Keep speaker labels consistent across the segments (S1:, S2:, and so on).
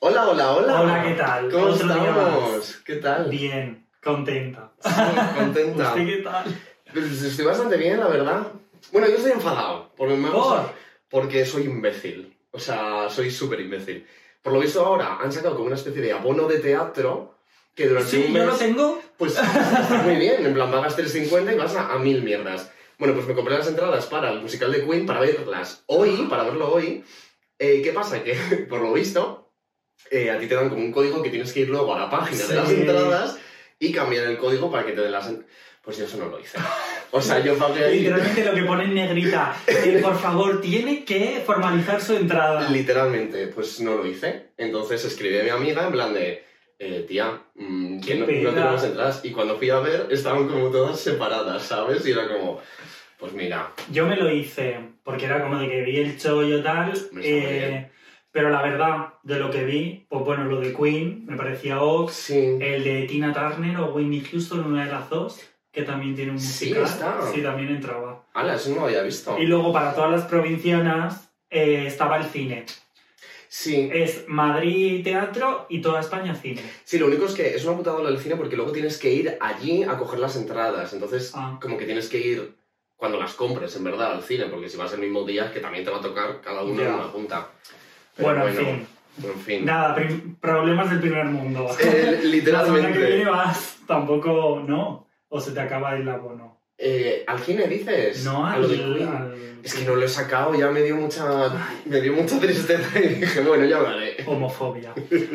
S1: Hola, hola, hola.
S2: Hola, ¿qué tal?
S1: ¿Cómo
S2: Otro día
S1: estamos? ¿Qué tal?
S2: Bien, contenta.
S1: Sí, contenta.
S2: ¿Usted qué tal?
S1: Pues estoy bastante bien, la verdad. Bueno, yo estoy enfadado. Porque, me
S2: ¿Por?
S1: porque soy imbécil. O sea, soy súper imbécil. Por lo visto ahora han sacado como una especie de abono de teatro que durante
S2: Sí,
S1: un mes...
S2: yo lo tengo.
S1: Pues está muy bien, en plan pagas 3.50 y vas a, a mil mierdas. Bueno, pues me compré las entradas para el musical de Queen para verlas hoy, para verlo hoy. Eh, ¿Qué pasa? Que por lo visto, eh, a ti te dan como un código que tienes que ir luego a la página de las
S2: Sí.
S1: entradas y cambiar el código para que te den las. en- Pues yo eso no lo hice. O sea, yo pagué ahí.
S2: Literalmente lo que pone en negrita. eh, por favor, tiene que formalizar su entrada.
S1: Literalmente, pues no lo hice. Entonces escribí a mi amiga en plan de. eh, tía, mm, que
S2: Qué
S1: no, no
S2: pena.
S1: tenemos entradas. Y cuando fui a ver, estaban como todas separadas, ¿sabes? Y era como. Pues mira,
S2: Yo me lo hice porque era como de que vi el chollo tal.
S1: Hombre, está muy
S2: eh,
S1: bien.
S2: pero la verdad, de lo que vi, pues bueno, lo de Queen me parecía Ox.
S1: Sí.
S2: El de Tina Turner o Whitney Houston, una de las dos, que también tiene un
S1: Sí,
S2: musical.
S1: está. Oh.
S2: Sí, también entraba.
S1: Ala, eso no lo había visto.
S2: Y luego para todas las provincianas eh, estaba el cine.
S1: Sí.
S2: Es Madrid teatro y toda España cine.
S1: Sí, lo único es que es una putada lo del cine porque luego tienes que ir allí a coger las entradas. Entonces,
S2: Ah.
S1: como que tienes que ir cuando las compres, en verdad, al cine, porque si vas el mismo día, que también te va a tocar cada uno
S2: Ya.
S1: en una punta. Pero
S2: Bueno, en
S1: En
S2: fin.
S1: fin.
S2: Nada, prim- problemas del primer mundo.
S1: Eh,
S2: La semana que viene
S1: literalmente.
S2: vas, tampoco, ¿no? O se te acaba el abono.
S1: Eh, ¿Al cine dices?
S2: No,
S1: A
S2: al,
S1: lo de Queen.
S2: al-
S1: Es que no lo he sacado, ya me dio mucha. Me dio mucha tristeza y dije, bueno, ya hablaré.
S2: Homofobia.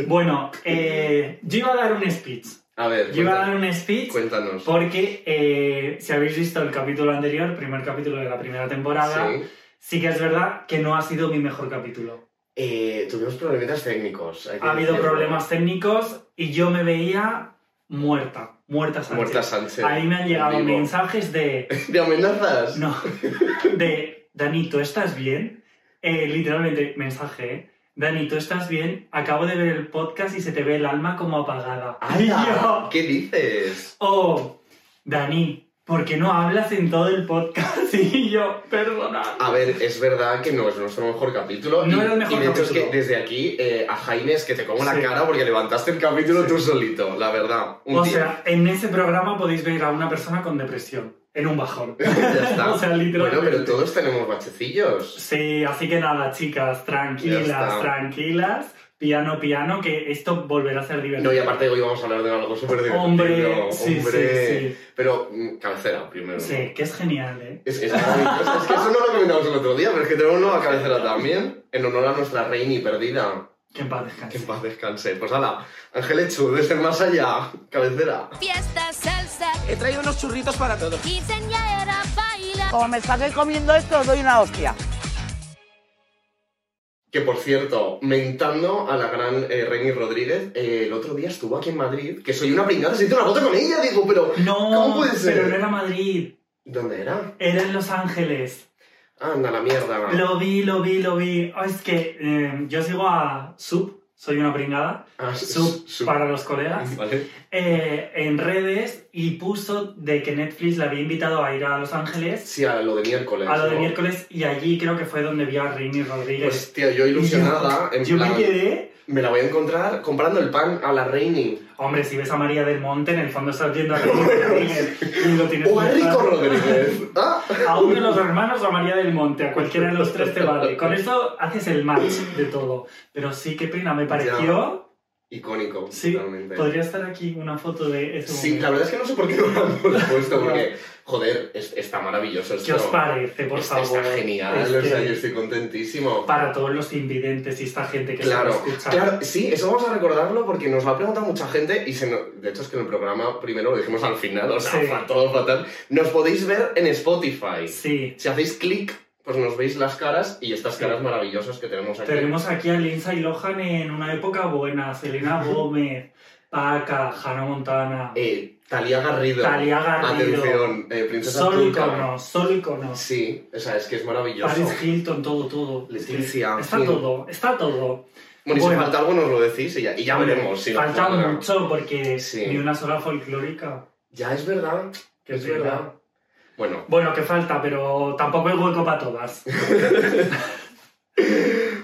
S2: Bueno, eh, yo iba a dar un speech.
S1: A ver,
S2: Yo iba
S1: Eh, cuenta-
S2: a dar un speech
S1: cuéntanos.
S2: porque eh, si habéis visto el capítulo anterior, primer capítulo de la primera temporada,
S1: Sí.
S2: sí que es verdad que no ha sido mi mejor capítulo.
S1: Eh, tuvimos problemitas técnicos. hay que
S2: Ha habido
S1: decirlo.
S2: problemas técnicos y yo me veía muerta, muerta Sánchez.
S1: Muerta Sánchez.
S2: Ahí me han llegado
S1: Vivo.
S2: mensajes de,
S1: ¿De amenazas?
S2: no, de, Dani, ¿tú estás bien? Eh, literalmente, mensaje, ¿eh? Dani, ¿tú estás bien? Acabo de ver el podcast y se te ve el alma como apagada. Y
S1: ¡Hala!
S2: yo,
S1: ¿Qué dices?
S2: Oh, Dani, ¿por qué no hablas en todo el podcast? Y yo, perdona.
S1: A ver, es verdad que no es nuestro mejor capítulo.
S2: No
S1: y,
S2: era el mejor
S1: y de hecho es
S2: capítulo.
S1: que desde aquí eh, a Jaime es que te como la
S2: Sí.
S1: cara porque levantaste el capítulo
S2: Sí.
S1: tú solito, la verdad. Un
S2: O
S1: tío.
S2: sea, en ese programa podéis ver a una persona con depresión, en un bajón.
S1: ya está.
S2: o sea,
S1: bueno,
S2: literalmente.
S1: pero todos tenemos bachecillos.
S2: Sí, así que nada, chicas,
S1: Ya está.
S2: tranquilas, tranquilas, piano, piano, que esto volverá a ser divertido.
S1: No, y aparte hoy vamos a hablar de algo súper divertido.
S2: Hombre, sí,
S1: hombre.
S2: sí, sí.
S1: Pero mm, cabecera primero.
S2: Sí, que es genial, ¿eh?
S1: Es, es maravilloso. es que eso no lo comentamos el otro día, pero es que tenemos nueva cabecera también, en honor a nuestra reina perdida.
S2: Que en paz
S1: Que en
S2: descanse.
S1: paz descanse. Pues ala, Ángel Echu, desde el más allá, cabecera.
S3: Fiesta, salsa,
S4: He traído unos churritos para todos.
S3: quinceañera, baila.
S5: Como me saqué comiendo esto, os doy una hostia.
S1: Que por cierto, mentando a la gran eh, Reni Rodríguez, eh, el otro día estuvo aquí en Madrid, que soy una pringada, se hizo una foto con ella, digo, pero.
S2: No,
S1: ¿Cómo puede ser?
S2: pero no era Madrid,
S1: ¿Dónde era? Ah,
S2: era en Los Ángeles.
S1: Anda, la mierda.
S2: Lo vi, lo vi, lo vi. Ah, es que eh, yo sigo a Sub, soy una pringada,
S1: Ah, su-
S2: Sub,
S1: su-
S2: para los colegas.
S1: Vale.
S2: eh, en redes y puso de que Netflix le había invitado a ir a Los Ángeles
S1: Sí, a lo de miércoles.
S2: a lo de
S1: ¿no?
S2: miércoles y allí creo que fue donde vio a Rini Rodríguez.
S1: Pues tío, yo ilusionada, en
S2: yo
S1: plan.
S2: me quedé.
S1: Me la voy a encontrar comprando el pan a la Reini.
S2: Hombre, si ves a María del Monte, en el fondo estás viendo a Rini Rodríguez. Y lo tienes
S1: O a
S2: que
S1: Rico
S2: usar.
S1: Rodríguez. Ah.
S2: A uno de los hermanos o a María del Monte, a cualquiera de los tres te vale. Con eso haces el match de todo. Pero sí, qué pena, me pareció.
S1: Icónico,
S2: Sí,
S1: totalmente.
S2: podría estar aquí una foto de ese
S1: Sí, la
S2: momento.
S1: verdad es que no sé por qué no lo han puesto, porque, joder, es- está maravilloso esto.
S2: ¿Qué os parece, por
S1: Está-
S2: favor?
S1: Está genial,
S2: Es
S1: o sea,
S2: que
S1: yo estoy contentísimo.
S2: Para todos los invidentes y esta gente que
S1: Claro,
S2: se lo escucha.
S1: claro, sí, eso vamos a recordarlo porque nos lo ha preguntado mucha gente y se nos- de hecho es que en el programa primero lo dijimos al final, o sea,
S2: Sí.
S1: fa- todo fatal. Nos podéis ver en Spotify.
S2: Sí.
S1: Si hacéis clic, pues nos veis las caras y estas
S2: Sí.
S1: caras maravillosas que tenemos aquí.
S2: Tenemos aquí a Lindsay Lohan en una época buena, Selena Gómez, Paca, Hannah Montana,
S1: Eh, Talía Garrido.
S2: Thalía Garrido,
S1: Atención, eh, princesa
S2: Sol
S1: turca.
S2: Icono, Sol Icono,
S1: Sí, o sea, es que es maravilloso.
S2: Paris Hilton, todo, todo.
S1: Leticia,
S2: Está
S1: sí.
S2: todo, está todo.
S1: Bueno, y si
S2: Bueno.
S1: falta algo nos lo decís y ya, y ya veremos. Si nos
S2: Falta
S1: falta.
S2: mucho porque
S1: Sí.
S2: ni una sola folclórica.
S1: Ya es verdad.
S2: Qué
S1: es
S2: pena.
S1: verdad. Bueno,
S2: Bueno, que falta, pero tampoco hay hueco para todas.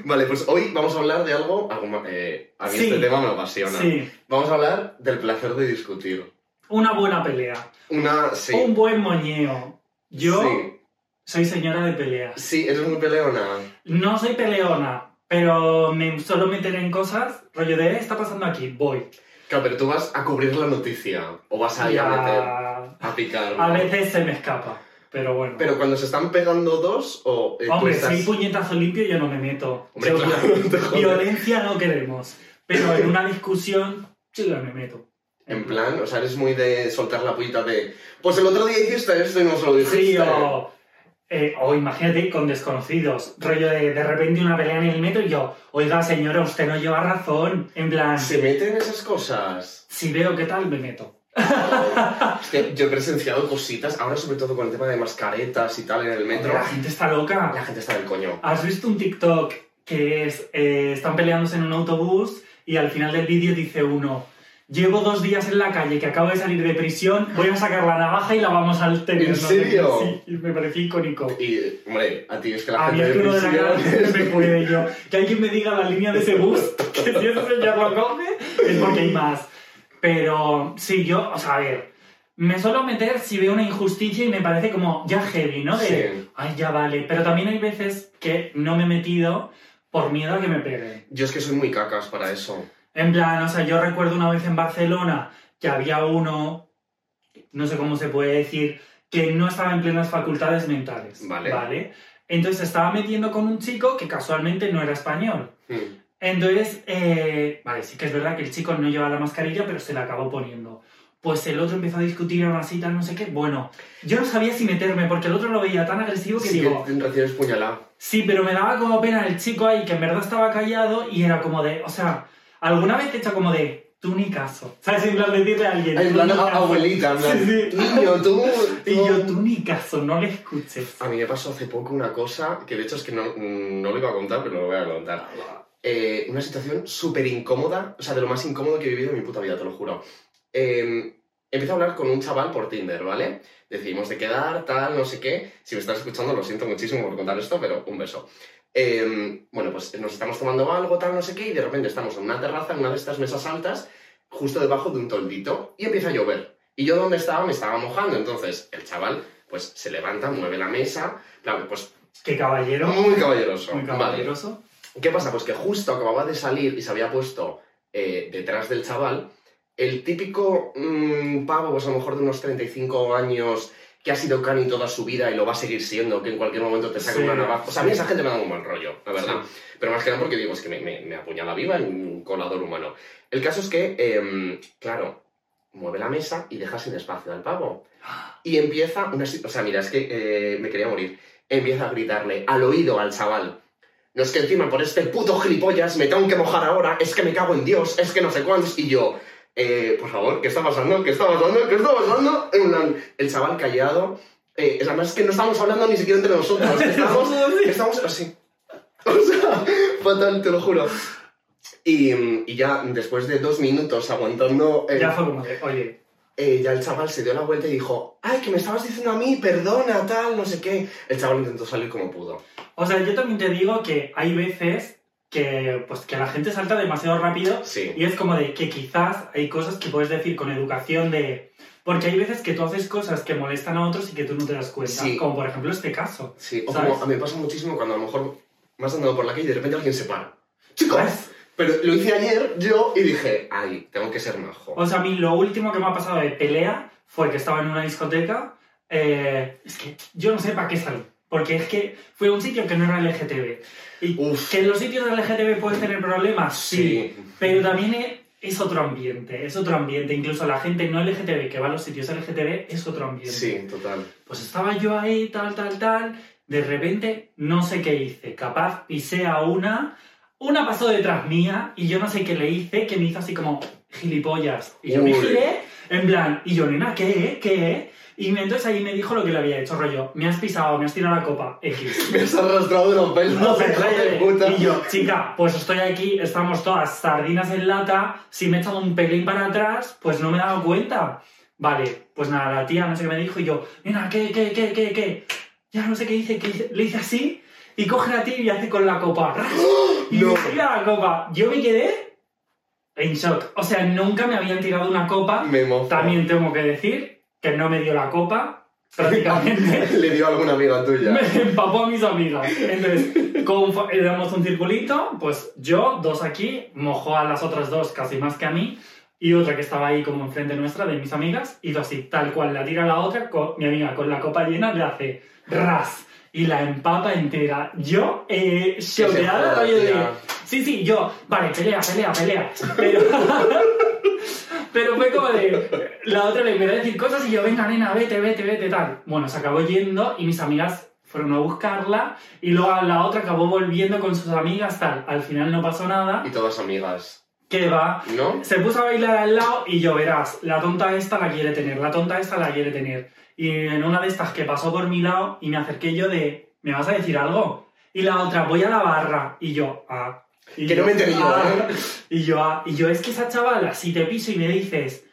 S1: Vale, pues hoy vamos a hablar de algo. algo ma- eh, a mí
S2: Sí.
S1: este tema me apasiona.
S2: Sí,
S1: Vamos a hablar del placer de discutir.
S2: una buena pelea,
S1: Una. Sí.
S2: un buen moñeo. Oh, Yo
S1: Sí,
S2: soy señora de peleas.
S1: sí eres muy peleona.
S2: No soy peleona, pero me suelo meter en cosas, rollo de, "Eh, está pasando aquí, voy.
S1: Claro, pero tú vas a cubrir la noticia. O vas Ah, a ir a meter.
S2: a,
S1: A picar.
S2: a veces se me escapa, pero bueno.
S1: Pero cuando se están pegando dos, o. eh, tú
S2: Hombre,
S1: estás-
S2: si hay puñetazo limpio yo no me meto.
S1: Hombre,
S2: Yo-
S1: claro, no te jodas.
S2: violencia no queremos, pero en una discusión sí que me meto.
S1: En plan, o sea, eres muy de soltar la puñita de. Pues el otro día hiciste esto y no se lo dijiste.
S2: Sí, o, eh, o imagínate con desconocidos, rollo de de repente una pelea en el metro y yo, oiga señora, usted no lleva razón, en plan,
S1: Se meten esas cosas.
S2: si veo qué tal me meto.
S1: Es que yo he presenciado cositas, ahora sobre todo con el tema de mascaretas y tal en el metro.
S2: La gente está
S1: La
S2: loca.
S1: gente está del coño.
S2: ¿Has visto un TikTok que es, eh, están peleándose en un autobús y al final del vídeo dice uno, llevo dos días en la calle que acabo de salir de prisión, voy a sacar la navaja y la vamos al tener.
S1: ¿En serio?
S2: Sí, y me pareció icónico.
S1: Y, hombre, a ti es que la
S2: A mí
S1: gente
S2: es que uno de la cara
S1: prisión-
S2: me cuide yo. Que alguien me diga la línea de ese bus, que si ese señor lo coge, es porque hay más. Pero sí, yo, o sea, a ver, me suelo meter si veo una injusticia y me parece como ya heavy, ¿no? De,
S1: Sí.
S2: ay, ya vale. Pero también hay veces que no me he metido por miedo a que me peguen.
S1: Yo es que soy muy cacas para eso.
S2: En plan, o sea, yo recuerdo una vez en Barcelona que había uno, no sé cómo se puede decir, que no estaba en plenas facultades mentales.
S1: Vale.
S2: Entonces se estaba metiendo con un chico que casualmente no era español.
S1: Mm.
S2: Entonces, eh, vale, sí que es verdad que el chico no lleva la mascarilla, pero se la acabó poniendo. Pues el otro empezó a discutir aún así, tal, no sé qué. Bueno, yo no sabía si meterme, porque el otro lo veía tan agresivo que
S1: Sí,
S2: digo,
S1: que recibes puñalada.
S2: Sí, pero me daba como pena el chico ahí que en verdad estaba callado y era como de, o sea, alguna vez te he hecho como de, tú ni caso. ¿Sabes? En plan decirle a alguien.
S1: En
S2: "Tú
S1: plan,
S2: ni
S1: a-
S2: caso".
S1: abuelita, en plan,
S2: Sí, sí.
S1: niño, tú.
S2: Y yo, tú ni caso, no le escuches.
S1: A mí me pasó hace poco una cosa que de hecho es que no, no lo iba a contar, pero lo voy a contar. Eh, una situación súper incómoda, o sea, de lo más incómodo que he vivido en mi puta vida, te lo juro. Eh, empiezo a hablar con un chaval por Tinder, ¿vale? Decidimos de quedar, tal, no sé qué. Si me estás escuchando, lo siento muchísimo por contar esto, pero un beso. Eh, bueno, pues nos estamos tomando algo, tal, no sé qué, y de repente estamos en una terraza, en una de estas mesas altas, justo debajo de un toldito, y empieza a llover. Y yo donde estaba me estaba mojando, entonces el chaval pues se levanta, mueve la mesa, claro, pues
S2: Qué caballero.
S1: muy caballeroso.
S2: Muy
S1: Vale.
S2: caballeroso.
S1: ¿Qué pasa? Pues que justo acababa de salir y se había puesto eh, detrás del chaval el típico mm, pavo, pues a lo mejor de unos 35 años, que ha sido cani toda su vida y lo va a seguir siendo, que en cualquier momento te saca
S2: Sí,
S1: una navaja. O sea, a mí
S2: sí.
S1: esa gente me da un buen rollo, la verdad. Pero más que nada porque digo, es que me, me, me apuñala viva en un colador humano. El caso es que, em, claro, mueve la mesa y deja sin espacio al pavo. Y empieza una... si- O sea, mira, es que eh, me quería morir. Empieza a gritarle al oído al chaval. No es que encima por este puto gilipollas me tengo que mojar ahora, es que me cago en Dios, es que no sé cuántos. Y yo, eh, por favor, ¿qué está pasando? ¿Qué está pasando? ¿Qué está pasando? En plan, el chaval callado. Eh, es- además es que no estamos hablando ni siquiera entre nosotros. Estamos, estamos así. O sea, fatal, te lo juro. Y, mm, y ya después de dos minutos aguantando... el-
S2: Ya fue como de, oye,
S1: eh, ya el chaval se dio la vuelta y dijo, ay, que me estabas diciendo a mí, perdona, tal, no sé qué. El chaval intentó salir como pudo.
S2: o sea, yo también te digo que hay veces que, pues, que la gente salta demasiado rápido
S1: Sí.
S2: Y es como de que quizás hay cosas que puedes decir con educación de... Porque hay veces que tú haces cosas que molestan a otros y que tú no te das cuenta.
S1: Sí.
S2: Como por ejemplo este caso.
S1: Sí, o
S2: ¿Sabes?
S1: como a mí me pasa muchísimo cuando a lo mejor me has andado por la calle y de repente alguien se para. ¡Chico!
S2: ¿Sabes?
S1: Pero lo hice ayer yo y dije, ay, tengo que ser majo.
S2: O sea, a mí lo último que me ha pasado de pelea fue que estaba en una discoteca. eh, es que yo no sé para qué salí. Porque es que fue un sitio que no era LGTB. Y
S1: Uf.
S2: que en los sitios de LGTB puedes tener problemas, sí. Pero también es, es otro ambiente, es otro ambiente. Incluso la gente no LGTB que va a los sitios LGTB es otro ambiente.
S1: Sí, total.
S2: Pues estaba yo ahí, tal, tal, tal. De repente, no sé qué hice. Capaz pisé a una. Una pasó detrás mía y yo no sé qué le hice, que me hizo así como gilipollas. Y yo me
S1: Uy.
S2: giré, en plan, y yo, nena, ¿qué? ¿Qué? Y me- entonces ahí me dijo lo que le había hecho, rollo. Me has pisado, me has tirado la copa, X.
S1: Me has arrastrado de los pelos,
S2: No, pero,
S1: hijo de
S2: eh,
S1: puta.
S2: Y yo, chica, pues estoy aquí, estamos todas sardinas en lata, si me he echado un pelín para atrás, pues no me he dado cuenta. Vale, pues nada, la tía no sé qué me dijo y yo, mira, ¿qué, qué, qué, qué, qué? Ya no sé qué hice, que hice- le hice así y coge la tía y hace con la copa. ¡ras! Y
S1: No.
S2: me tira la copa. Yo me quedé en shock. O sea, nunca me habían tirado una copa.
S1: Me mojo.
S2: También tengo que decir que no me dio la copa, prácticamente.
S1: Le dio a alguna amiga tuya.
S2: Me empapó a mis amigas. Entonces, como éramos un circulito, pues yo, dos aquí, mojó a las otras dos casi más que a mí, y otra que estaba ahí como enfrente nuestra, de mis amigas, y así, tal cual, la tira a la otra, co- mi amiga con la copa llena le hace ras, y la empapa entera. Yo, eh,
S1: se
S2: choqueada,
S1: joda,
S2: rollo de...
S1: tía.
S2: Sí, sí, yo, vale, pelea, pelea, pelea. Pero... Pero fue como de. La otra le empezó a decir cosas y yo, venga, nena, vete, vete, vete, tal. Bueno, se acabó yendo y mis amigas fueron a buscarla y luego la otra acabó volviendo con sus amigas, tal. Al final no pasó nada.
S1: Y todas amigas,
S2: ¿Qué va?
S1: ¿no?
S2: Se puso a bailar al lado y yo, verás, la tonta esta la quiere tener, la tonta esta la quiere tener. Y en una de estas que pasó por mi lado y me acerqué yo de, ¿me vas a decir algo? Y la otra, voy a la barra. Y yo, ah. Y
S1: Que no
S2: yo,
S1: me enteré yo,
S2: ah.
S1: ¿eh?
S2: Y yo, ah, y yo, es que esa chavala, si te piso y me dices,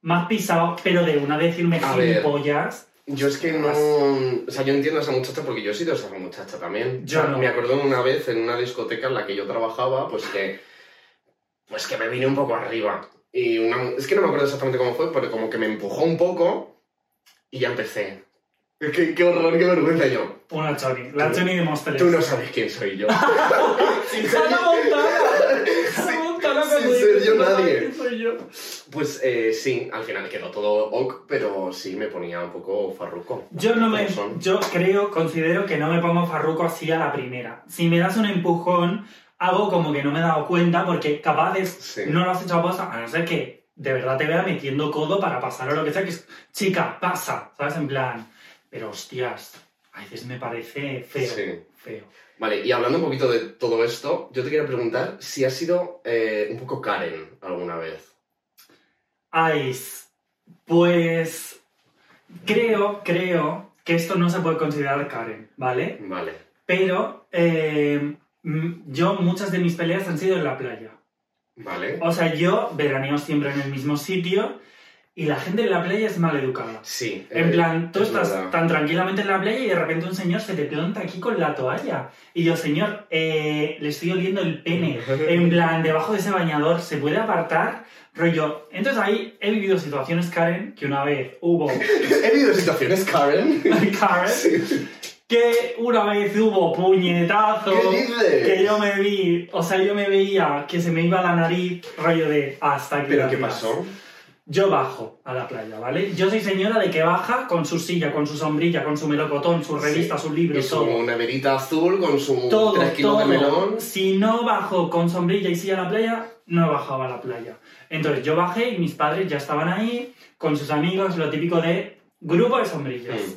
S2: más pisado, pero de una decirme
S1: A ver.
S2: pollas,
S1: Yo es que no. O sea, yo entiendo a esa muchacha porque yo he sido esa muchacha también.
S2: Yo
S1: O sea,
S2: no.
S1: Me acuerdo una vez en una discoteca en la que yo trabajaba, pues que. Pues que me vine un poco arriba. Y una- es que no me acuerdo exactamente cómo fue, pero como que me empujó un poco y ya empecé. Qué, qué horror, qué vergüenza yo.
S2: una choni, la
S1: Tú-
S2: choni de Monster.
S1: Tú no sabes quién soy yo. Sin ser-
S2: Hannah Montana! Hannah Montana,
S1: sin
S2: cuando
S1: ser
S2: dices,
S1: yo
S2: "No sabes
S1: nadie".
S2: quién soy yo.
S1: Pues eh, sí, al final quedó todo ok, pero sí me ponía un poco farruco.
S2: Yo no me.
S1: Como son.
S2: Yo creo, considero que no me pongo farruco así a la primera. Si me das un empujón, hago como que no me he dado cuenta, porque capaz es-
S1: Sí.
S2: no lo has hecho a posta, a no ser que de verdad te vea metiendo codo para pasar o lo que sea, que es. Chica, pasa, ¿sabes? En plan. Pero hostias, a veces me parece feo.
S1: Sí.
S2: Feo.
S1: Vale, y hablando un poquito de todo esto, yo te quiero preguntar si has sido eh, un poco Karen alguna vez.
S2: Ice. Pues. Creo, creo que esto no se puede considerar Karen, ¿vale?
S1: Vale.
S2: Pero eh, m- yo muchas de mis peleas han sido en la playa.
S1: Vale.
S2: O sea, yo veraneo siempre en el mismo sitio y la gente en la playa es mal educada.
S1: Sí.
S2: En
S1: eh,
S2: plan, tú
S1: es
S2: estás
S1: verdad.
S2: tan tranquilamente en la playa y de repente un señor se te planta aquí con la toalla. Y yo, señor, eh, le estoy oliendo el pene. En plan, debajo de ese bañador, ¿se puede apartar? Rollo. Entonces ahí he vivido situaciones, Karen, que una vez hubo
S1: He vivido situaciones, Karen.
S2: Karen, que una vez hubo puñetazo,
S1: ¿Qué dices?
S2: que yo me vi, o sea, yo me veía que se me iba la nariz, rollo de hasta aquí
S1: ¿Pero
S2: las
S1: qué
S2: miras.
S1: pasó?
S2: Yo bajo a la playa, ¿vale? Yo soy señora de que baja con su silla, con su sombrilla, con su melocotón, su revista,
S1: Sí.
S2: su libro,
S1: Y su
S2: todo.
S1: neverita azul con su
S2: Todo,
S1: 3 kilos
S2: todo.
S1: de melón.
S2: Si no bajo con sombrilla y silla a la playa, no bajaba a la playa. Entonces yo bajé y mis padres ya estaban ahí con sus amigos, lo típico de grupo de sombrillas.
S1: Mm.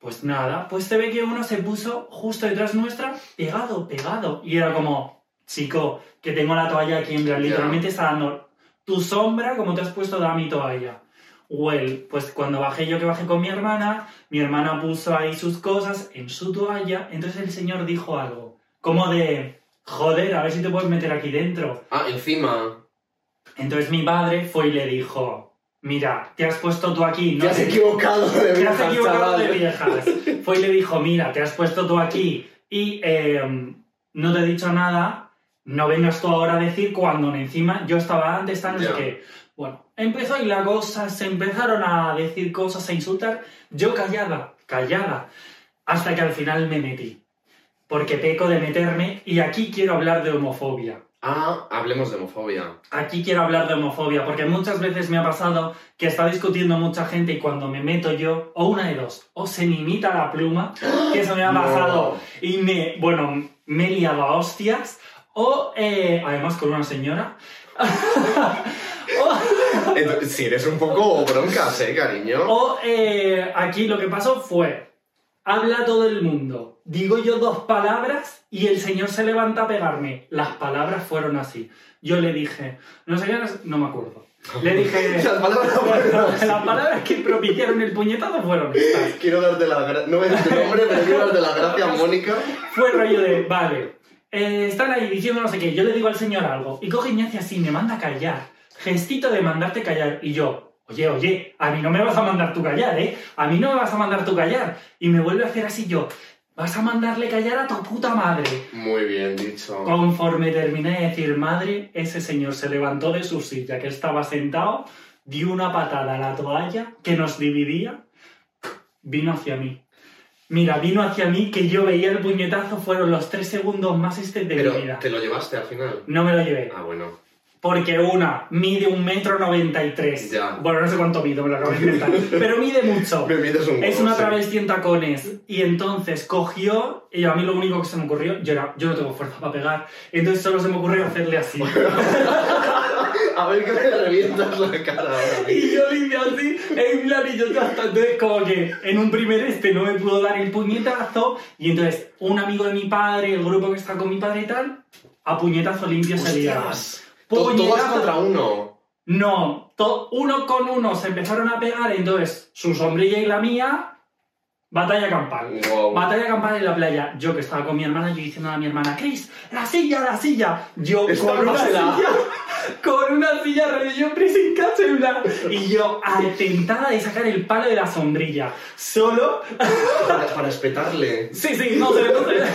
S2: Pues nada, pues se ve que uno se puso justo detrás nuestra, pegado, pegado. Y era como, chico, que tengo la toalla aquí en plan,
S1: Ya.
S2: literalmente está dando tu sombra como te has puesto, da mi toalla. Well, pues cuando bajé yo que bajé con mi hermana, mi hermana puso ahí sus cosas en su toalla, entonces el señor dijo algo, como de, joder, a ver si te puedes meter aquí dentro.
S1: Ah, encima.
S2: Entonces mi padre fue y le dijo, mira, te has puesto tú aquí, no
S1: Te has
S2: te-
S1: equivocado de
S2: te has
S1: viejas,
S2: equivocado de
S1: chaval.
S2: viejas. Fue y le dijo, mira, te has puesto tú aquí y eh, no te he dicho nada, no vengas tú ahora a decir cuando encima yo estaba antes, tal, no sé
S1: Ya.
S2: qué. Bueno, empezó y la cosa, se empezaron a decir cosas, a insultar, yo callada, callada, hasta que al final me metí. Porque peco de meterme y aquí quiero hablar de homofobia
S1: Ah, hablemos de homofobia.
S2: aquí quiero hablar de homofobia, porque muchas veces me ha pasado que está discutiendo mucha gente y cuando me meto yo, o una de dos, o se me imita la pluma, que eso me ha
S1: No.
S2: pasado, y me, bueno, me he liado a hostias, o eh, además con una señora.
S1: Entonces, si eres un poco broncas, eh, cariño.
S2: O eh, aquí lo que pasó fue, habla todo el mundo, digo yo dos palabras y el señor se levanta a pegarme. Las palabras fueron así. Yo le dije, no sé qué, no sé- no me acuerdo. Le dije...
S1: Las palabras fueron así.
S2: Las palabras que propiciaron el puñetazo fueron estas.
S1: Quiero darte la gracia. No es tu nombre, pero quiero darte la gracia a Mónica.
S2: Fue rollo de, vale, eh, están ahí diciendo no sé qué, yo le digo al señor algo, y coge y me hace así, me manda a callar. Gestito de mandarte callar, y yo, oye, oye, a mí no me vas a mandar tú callar, ¿eh? A mí no me vas a mandar tú callar. Y me vuelve a hacer así yo, vas a mandarle callar a tu puta madre.
S1: Muy bien dicho.
S2: Conforme terminé de decir madre, ese señor se levantó de su silla que estaba sentado, dio una patada a la toalla que nos dividía, vino hacia mí. Mira, vino hacia mí que yo veía el puñetazo, fueron los tres segundos más este de mi
S1: Pero
S2: vida.
S1: te lo llevaste al final.
S2: No me lo llevé.
S1: Ah, bueno.
S2: Porque una mide un metro noventa y tres.
S1: Ya.
S2: Bueno, no sé cuánto mido, me lo acabo de inventar. pero mide mucho.
S1: Me mides un
S2: Es
S1: huevo,
S2: una
S1: sí.
S2: travesti en tacones. Y entonces cogió, y a mí lo único que se me ocurrió, yo, era, yo no tengo fuerza para pegar, entonces solo se me ocurrió hacerle así.
S1: A ver que me revientas la cara ahora.
S2: y yo le hice así, en plan, y yo hasta entonces como que en un primer este no me pudo dar el puñetazo, y entonces un amigo de mi padre, el grupo que está con mi padre y tal, a puñetazo limpio se liaron.
S1: Hostias. To- Todas contra uno.
S2: No, to- uno con uno se empezaron a pegar, entonces su sombrilla y la mía, batalla campal.
S1: Wow.
S2: Batalla campal en la playa. Yo que estaba con mi hermana, yo diciendo a mi hermana, Cris, la silla, la silla. Yo
S1: Estaba
S2: con una
S1: pasada.
S2: silla, con una silla, rollo prison catch en una- Y yo atentada de sacar el palo de la sombrilla. Solo
S1: Para, para espetarle.
S2: Sí, sí, no se le nota.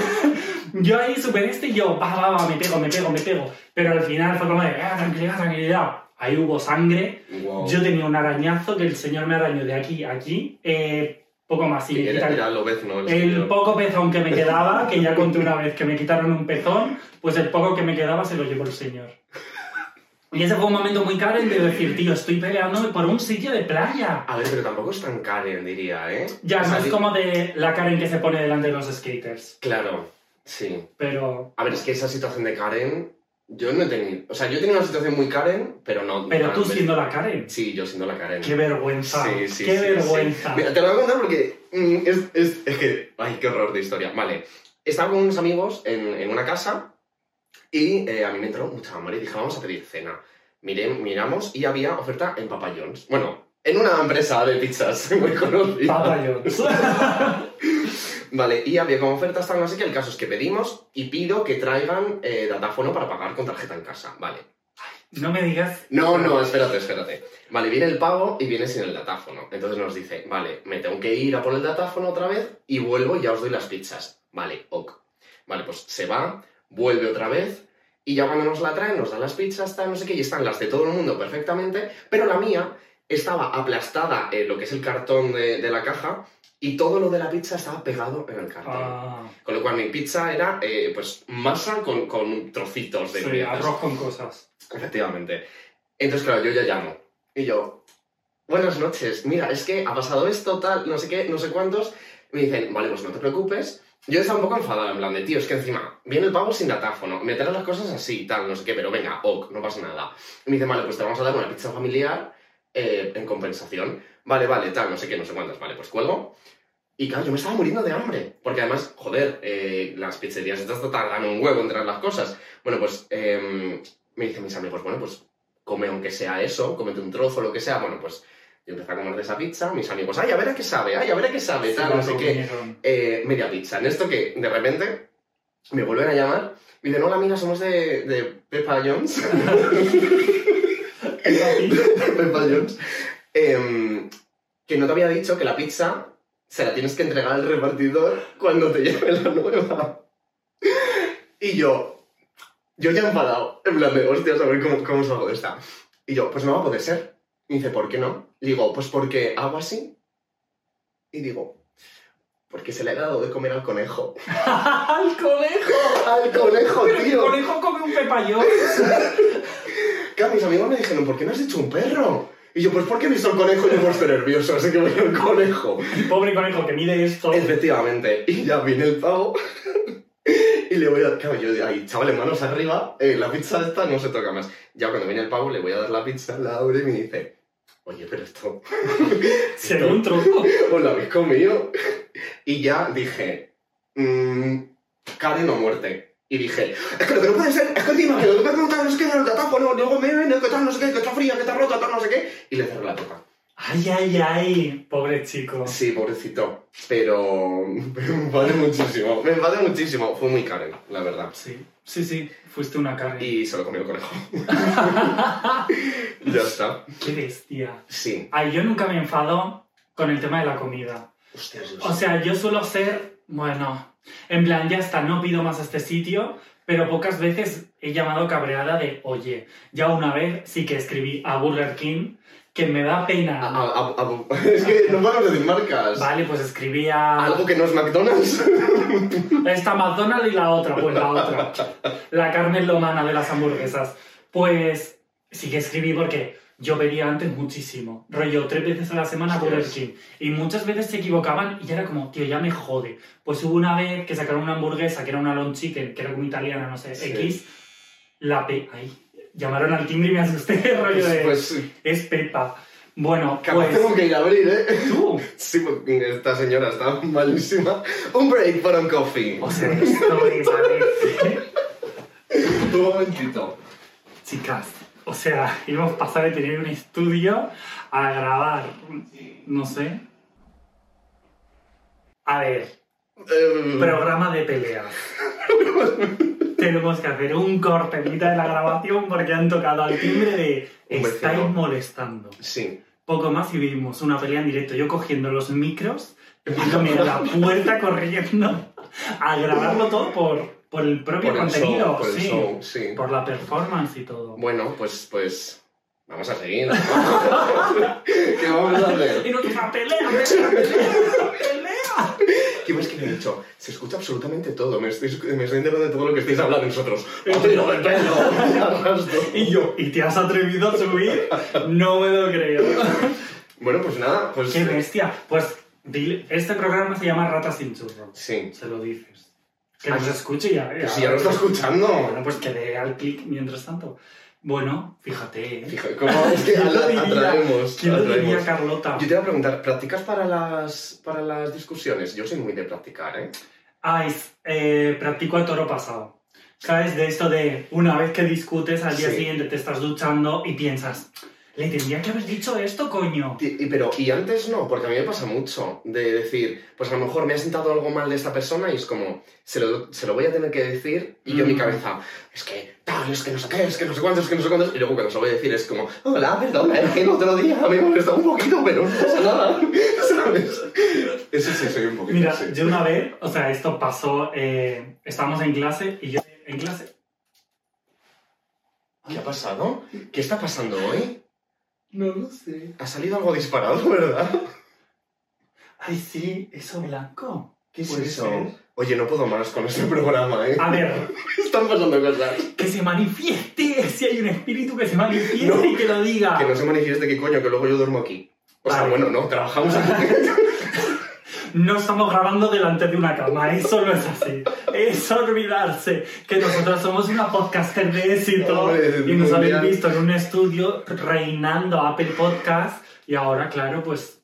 S2: Yo ahí superé este y yo, va, va, va, me pego, me pego, me pego. Pero al final fue como de, ah, tranquilidad, tranquilidad. Ahí hubo sangre.
S1: Wow.
S2: Yo tenía un arañazo que el señor me arañó de aquí a aquí. eh, poco más, y me
S1: Era,
S2: quitaron-
S1: era lobezno el
S2: El
S1: señor.
S2: poco pezón que me quedaba, que ya conté una vez que me quitaron un pezón, pues el poco que me quedaba se lo llevó el señor. Y ese fue un momento muy caro de decir, tío, estoy peleándome por un sitio de playa.
S1: A ver, pero tampoco es tan Karen, diría, ¿eh?
S2: Ya,
S1: O sea,
S2: no es
S1: di-
S2: como de la Karen que se pone delante de los skaters,
S1: Claro, sí.
S2: pero
S1: A ver, es que esa situación de Karen, yo no he tenido... O sea, yo he tenido una situación muy Karen, pero no...
S2: Pero tú
S1: tan-
S2: siendo la Karen.
S1: Sí, yo siendo la Karen.
S2: Qué vergüenza.
S1: Sí, sí,
S2: qué
S1: sí,
S2: vergüenza.
S1: sí. Mira, te lo voy a contar porque mm, es, es- es que... Ay, qué horror de historia. Vale. Estaba con unos amigos en, en una casa y eh, a mí me entró mucha hambre y dije, vamos a pedir cena. Miré, miramos y había oferta en Papa John's. Bueno, en una empresa de pizzas muy conocida.
S2: Papa John's.
S1: Vale, y había como ofertas tan así que el caso es que pedimos y pido que traigan eh, datáfono para pagar con tarjeta en casa. Vale.
S2: no me digas.
S1: No, no, espérate, espérate. Vale, viene el pago y viene sin el datáfono. Entonces nos dice, vale, me tengo que ir a por el datáfono otra vez y vuelvo y ya os doy las pizzas. Vale, ok. Vale, pues se va, vuelve otra vez y ya cuando nos la traen nos dan las pizzas, tal, no sé qué, y están las de todo el mundo perfectamente, pero la mía estaba aplastada en lo que es el cartón de, de la caja y todo lo de la pizza estaba pegado en el cartón.
S2: Ah,
S1: Con lo cual mi pizza era eh, pues masa con, con trocitos de
S2: sí,
S1: brioches.
S2: arroz con cosas.
S1: Efectivamente. Entonces, claro, yo ya llamo. Y yo, buenas noches, mira, es que ha pasado esto, tal, no sé qué, no sé cuántos. Me dicen, vale, pues no te preocupes. Yo estaba un poco enfadado, en plan de, tío, es que encima viene el pago sin datáfono, me traen las cosas así, tal, no sé qué, pero venga, ok, no pasa nada. Y me dicen, vale, pues te vamos a dar una pizza familiar eh, en compensación. Vale, vale, tal, no sé qué, no sé cuántas, vale, pues cuelgo. Y claro, yo me estaba muriendo de hambre, porque además, joder, eh, las pizzerías estas tardan un huevo en traer las cosas. Bueno, pues em, me dicen mis amigos, bueno, pues come aunque sea eso, cómete un trozo, lo que sea. Bueno, pues yo empecé a comer de esa pizza, mis amigos, ay, a ver a qué sabe, ay, a ver a qué sabe, tal, no sé qué eh, media pizza. En esto que de repente me vuelven a llamar y dicen, hola, mira, somos de, de Peppa Jones. de Peppa Jones. Em, que no te había dicho que la pizza se la tienes que entregar al repartidor cuando te lleve la nueva. Y yo, yo ya enfadado, en plan de, hostias, a ver cómo, cómo salgo de esta. Y yo, pues no va a poder ser. Y dice, ¿por qué no? Y digo, pues porque hago así. Y digo, porque se le ha dado de comer al conejo.
S2: ¡Al conejo!
S1: ¡Al conejo,
S2: Pero el
S1: tío!
S2: conejo come un pepayón.
S1: Claro, mis amigos me dijeron, ¿por qué no has hecho un perro? Y yo, pues porque he visto el conejo y me he puesto nervioso, así que voy al conejo.
S2: Pobre conejo que mide esto.
S1: Efectivamente. Y ya viene el pavo. y le voy a. Claro, yo ahí, chavales, manos arriba. eh, la pizza esta no se toca más. Ya cuando viene el pavo, le voy a dar la pizza, la abre y me dice. Oye, pero esto.
S2: Será un tronco.
S1: ¿Os Pues lo habéis comido? Y ya dije. mm, Karen o muerte. Y dije, es que lo que no puede ser, es que encima que lo que me preguntan es que en el datáfono, luego me ven, que tal, no sé qué, que está fría, que está rota, tal, no sé qué. Y le cerré la boca.
S2: Ay, ay, ay. Pobre chico.
S1: Sí, pobrecito. Pero pero me enfadé muchísimo. Me enfadé muchísimo. Fue muy Karen, la verdad.
S2: Sí, sí, sí. Fuiste una Karen.
S1: Y se lo comió el conejo. ya está.
S2: Qué bestia.
S1: Sí.
S2: Ay, yo nunca me enfado con el tema de la comida.
S1: Hostias,
S2: O sea, yo suelo ser, bueno, En plan, ya está, no pido más a este sitio, pero pocas veces he llamado cabreada de, oye, ya una vez sí que escribí a Burger King, que me da pena.
S1: A- a- a- a- es que no podemos decir marcas.
S2: Vale, pues escribí a
S1: Algo que no es McDonald's.
S2: esta McDonald's y la otra, pues la otra. La Carmen Lomana de las hamburguesas. Pues sí que escribí porque yo pedía antes muchísimo. Rollo, tres veces a la semana por el
S1: Hostias.
S2: King. Y muchas veces se equivocaban y ya era como, tío, ya me jode. Pues hubo una vez que sacaron una hamburguesa que era una long chicken, que era como italiana, no sé,
S1: Sí.
S2: X. La P... Ay, llamaron al timbre y me asusté, rollo de...
S1: pues
S2: Es Pepa. Bueno,
S1: capaz
S2: pues...
S1: tengo que ir a abrir, ¿eh?
S2: Tú.
S1: Sí, porque esta señora está malísima. Un break para un coffee.
S2: O sea, esto me parece...
S1: Un momentito.
S2: Chicas, o sea, hemos pasado de tener un estudio a grabar, no sé. A ver,
S1: Eh,
S2: programa de peleas. Tenemos que hacer un cortelita de la grabación porque han tocado al timbre de
S1: Un vecino.
S2: estáis molestando.
S1: Sí.
S2: Poco más y vimos una pelea en directo, yo cogiendo los micros, yéndome a la puerta corriendo a grabarlo todo por, por el propio
S1: Por el
S2: contenido,
S1: show, por el
S2: sí,
S1: show, sí.
S2: por la performance y todo.
S1: Bueno, pues, pues. Vamos a seguir. ¿Qué vamos a hacer?
S2: Y nosotros, pelea, pelea, pelea, pelea.
S1: ¿Qué más que me he dicho? Se escucha absolutamente todo. Me estoy, me estoy enterando de todo lo que estáis hablando vosotros. ¡Un tiro de pelo! Arrastro.
S2: Y yo, ¿y te has atrevido a subir? No me lo creo.
S1: Bueno, pues nada, pues.
S2: Qué bestia. Pues dile, este programa se llama Ratas sin churro.
S1: Sí.
S2: Se lo dices. Que
S1: Ah,
S2: nos
S1: sí.
S2: escuche ya.
S1: Pero si ya lo está escuchando.
S2: Bueno, pues que dé al clic mientras tanto. Bueno, fíjate. ¿eh?
S1: Fíjate, ¿cómo es que
S2: ¿Quién lo diría?
S1: atraemos?
S2: ¿Quién lo diría,
S1: atraemos.
S2: Carlota?
S1: Yo te iba a preguntar, ¿practicas para las, para las discusiones? Yo soy muy de practicar, ¿eh?
S2: Ay, eh, practico a toro pasado. ¿Sabes? De esto de una vez que discutes, al día
S1: Sí.
S2: siguiente te estás duchando y piensas, le tendría que haber dicho esto, coño.
S1: Y, y- pero, y antes no, porque a mí me pasa mucho de decir, pues a lo mejor me ha sentado algo mal de esta persona y es como, se lo, se lo voy a tener que decir y yo en mi
S2: Mm.
S1: cabeza, es que tal, es que no sé qué, es que no sé cuántos, es que no sé cuántos. Y luego cuando se lo voy a decir es como, hola, perdona, es que el otro día me molestó un poquito, pero no pasa nada. ¿Sabes? Eso sí, soy un poquito
S2: Mira,
S1: así.
S2: yo una vez, o sea, esto pasó, eh, estábamos en clase y yo, en clase,
S1: ¿Qué ha pasado? ¿Qué está pasando hoy?
S2: no lo sé.
S1: Ha salido algo disparado, ¿verdad?
S2: Ay, sí, eso blanco.
S1: ¿Qué es
S2: Puede
S1: eso?
S2: ser.
S1: Oye, no puedo más con este programa, ¿eh?
S2: A ver,
S1: Están pasando cosas.
S2: que se manifieste, si hay un espíritu que se manifieste
S1: No.
S2: y que lo diga.
S1: Que no se manifieste que coño, que luego yo duermo aquí. O sea,
S2: Vale.
S1: bueno, no, trabajamos aquí.
S2: No estamos grabando delante de una cama, eso no es así. Es olvidarse que nosotros somos una podcaster de éxito
S1: Hombre,
S2: y nos habéis
S1: mundial.
S2: visto en un estudio reinando Apple Podcast y ahora, claro, pues,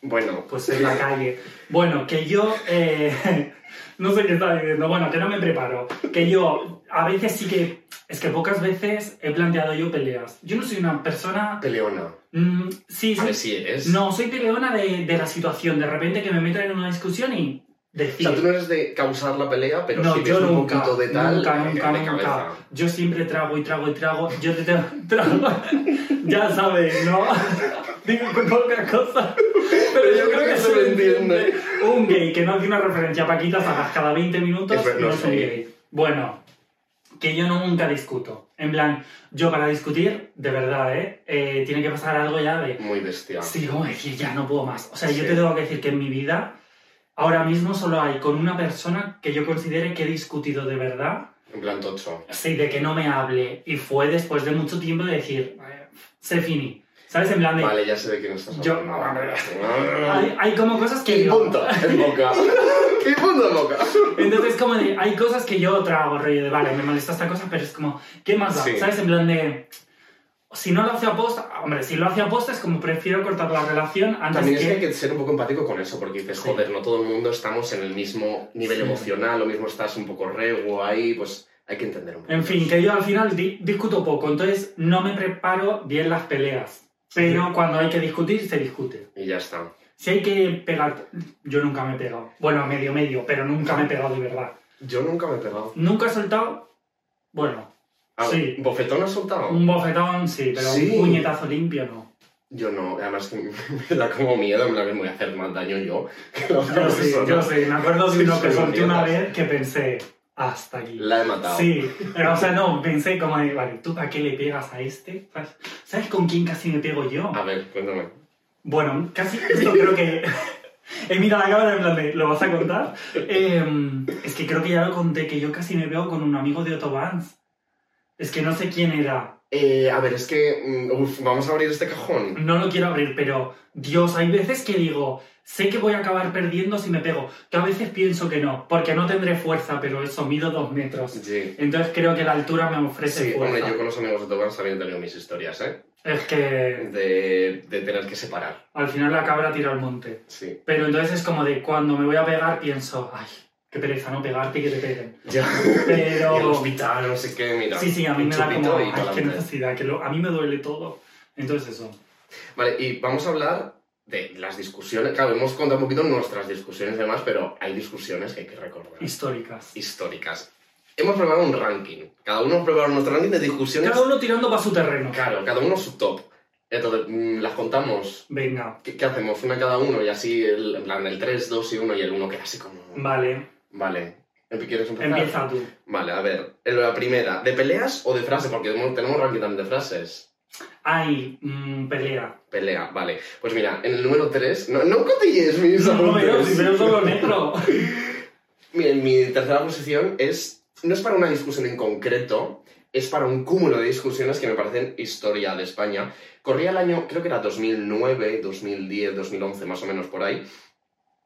S1: bueno,
S2: pues en la calle. Bueno, que yo... eh, no sé qué estaba diciendo, bueno, que no me preparo. Que yo a veces sí que... Es que pocas veces he planteado yo peleas. Yo no soy una persona...
S1: peleona.
S2: mm, sí,
S1: A
S2: soy-
S1: ver si eres.
S2: no, soy peleona de, de la situación. De repente que me metan en una discusión y
S1: O
S2: decir.
S1: sea, tú no eres de causar la pelea, pero
S2: no,
S1: si ves
S2: yo
S1: un
S2: nunca,
S1: poquito de tal,
S2: nunca,
S1: eh,
S2: nunca,
S1: de
S2: nunca.
S1: cabeza.
S2: Yo siempre trago y trago y trago. Yo te tengo- trago. ya sabes, ¿no? Digo poca cosa. Pero yo creo que
S1: se me entiende.
S2: Un gay que no hace una referencia a Paquita Salas cada 20 minutos
S1: Es verdad,
S2: no es un
S1: sí.
S2: gay. Bueno, que yo nunca discuto. En plan, yo para discutir, de verdad, ¿eh? Eh, tiene que pasar algo ya de...
S1: Muy bestia.
S2: Sí, como decir, ya no puedo más. O sea, yo
S1: Sí.
S2: te tengo que decir que en mi vida, ahora mismo solo hay con una persona que yo considere que he discutido de verdad,
S1: En plan tocho.
S2: sí, de que no me hable. Y fue después de mucho tiempo de decir, eh, se finí. ¿Sabes? En plan de.
S1: Vale, ya sé de quién estás
S2: Yo-
S1: hablando.
S2: Hay, hay como cosas que.
S1: Y
S2: yo-
S1: punto en boca. Y punto en boca.
S2: Entonces, como de, hay cosas que yo trago, rollo de, vale, me molesta esta cosa, pero es como, ¿qué más da?
S1: Sí.
S2: ¿Sabes? En plan de. Si no lo hace aposta, hombre, si lo hace aposta es como prefiero cortar la relación antes
S1: También es
S2: que.
S1: que hay que ser un poco empático con eso, porque dices,
S2: Sí.
S1: joder, no todo el mundo estamos en el mismo nivel
S2: Sí.
S1: emocional, lo mismo estás un poco rego ahí, pues hay que entender un poco.
S2: En fin, que yo al final di- discuto poco, entonces no me preparo bien las peleas. Pero cuando hay que discutir, se discute.
S1: Y ya está.
S2: Si hay que pegar... Yo nunca me he pegado. Bueno, medio medio, pero nunca me he pegado de verdad.
S1: Yo nunca me he pegado.
S2: Nunca he soltado... Bueno,
S1: A ver,
S2: Sí.
S1: Ah,
S2: Mm.
S1: ¿Bofetón has soltado?
S2: un bofetón sí, pero
S1: Sí.
S2: un puñetazo limpio no.
S1: Yo no, además que me da como miedo, en plan que me voy a hacer más daño yo. que la otra
S2: Yo sí,
S1: persona.
S2: yo sí. Me acuerdo de uno
S1: Sí,
S2: que
S1: sí,
S2: solté una
S1: mierdas.
S2: vez que pensé, hasta aquí.
S1: La he matado.
S2: Sí, pero, o sea, no, pensé como de, vale, ¿tú a qué le pegas a este? ¿Sabes- ¿Sabes con quién casi me pego yo?
S1: A ver, cuéntame.
S2: Bueno, casi esto creo que... He mirado la cámara en plan de, ¿lo vas a contar? Em, es que creo que ya lo conté, que yo casi me veo con un amigo de Otto Vance. Es que no sé quién era.
S1: Eh, a ver, es que. mm, Uf, vamos a abrir este cajón.
S2: No lo quiero abrir, pero Dios, hay veces que digo, sé que voy a acabar perdiendo si me pego. Que a veces pienso que no, porque no tendré fuerza, pero eso, mido dos metros.
S1: Sí.
S2: Entonces creo que la altura me ofrece
S1: Sí,
S2: fuerza.
S1: hombre, yo con los amigos de Tobar también he tenido mis historias, ¿eh?
S2: Es que
S1: De, de tener que separar.
S2: al final la cabra tira al monte.
S1: Sí.
S2: Pero entonces es como de cuando me voy a pegar pienso, ay, qué pereza no pegarte y que te peguen.
S1: Ya.
S2: Pero-
S1: Y el hospital, no sé qué, mira.
S2: sí, sí, a mí
S1: un
S2: me da
S1: chupito
S2: como,
S1: y
S2: ay,
S1: pa'lante.
S2: qué necesidad, que lo- a mí me duele todo. Entonces eso.
S1: Vale, y vamos a hablar de las discusiones. Claro, hemos contado un poquito nuestras discusiones y demás, pero hay discusiones que hay que recordar.
S2: Históricas.
S1: Históricas. Hemos preparado un ranking. Cada uno ha preparado nuestro ranking de discusiones.
S2: Cada uno tirando para su terreno.
S1: Claro, cada uno su top. Entonces, mm, las contamos.
S2: Venga,
S1: ¿Qué, qué hacemos? Una cada uno y así, el, en plan, el 3, 2 y 1 y el 1 queda así como...
S2: vale,
S1: Vale. Em, ¿Quieres empezar?
S2: empieza tú.
S1: Vale, a ver. en La primera, ¿de peleas o de frases? Porque tenemos tenemos ranking también de frases.
S2: Ay, mm, pelea.
S1: Pelea, vale. Pues mira, en el número 3... No, no cotilles mis
S2: No, no
S1: apuntes.
S2: veo, si veo solo negro.
S1: Mira, en mi tercera posición es... No es para una discusión en concreto, es para un cúmulo de discusiones que me parecen historia de España. Corría el año, creo que era 2009, 2010, 2011, más o menos por ahí.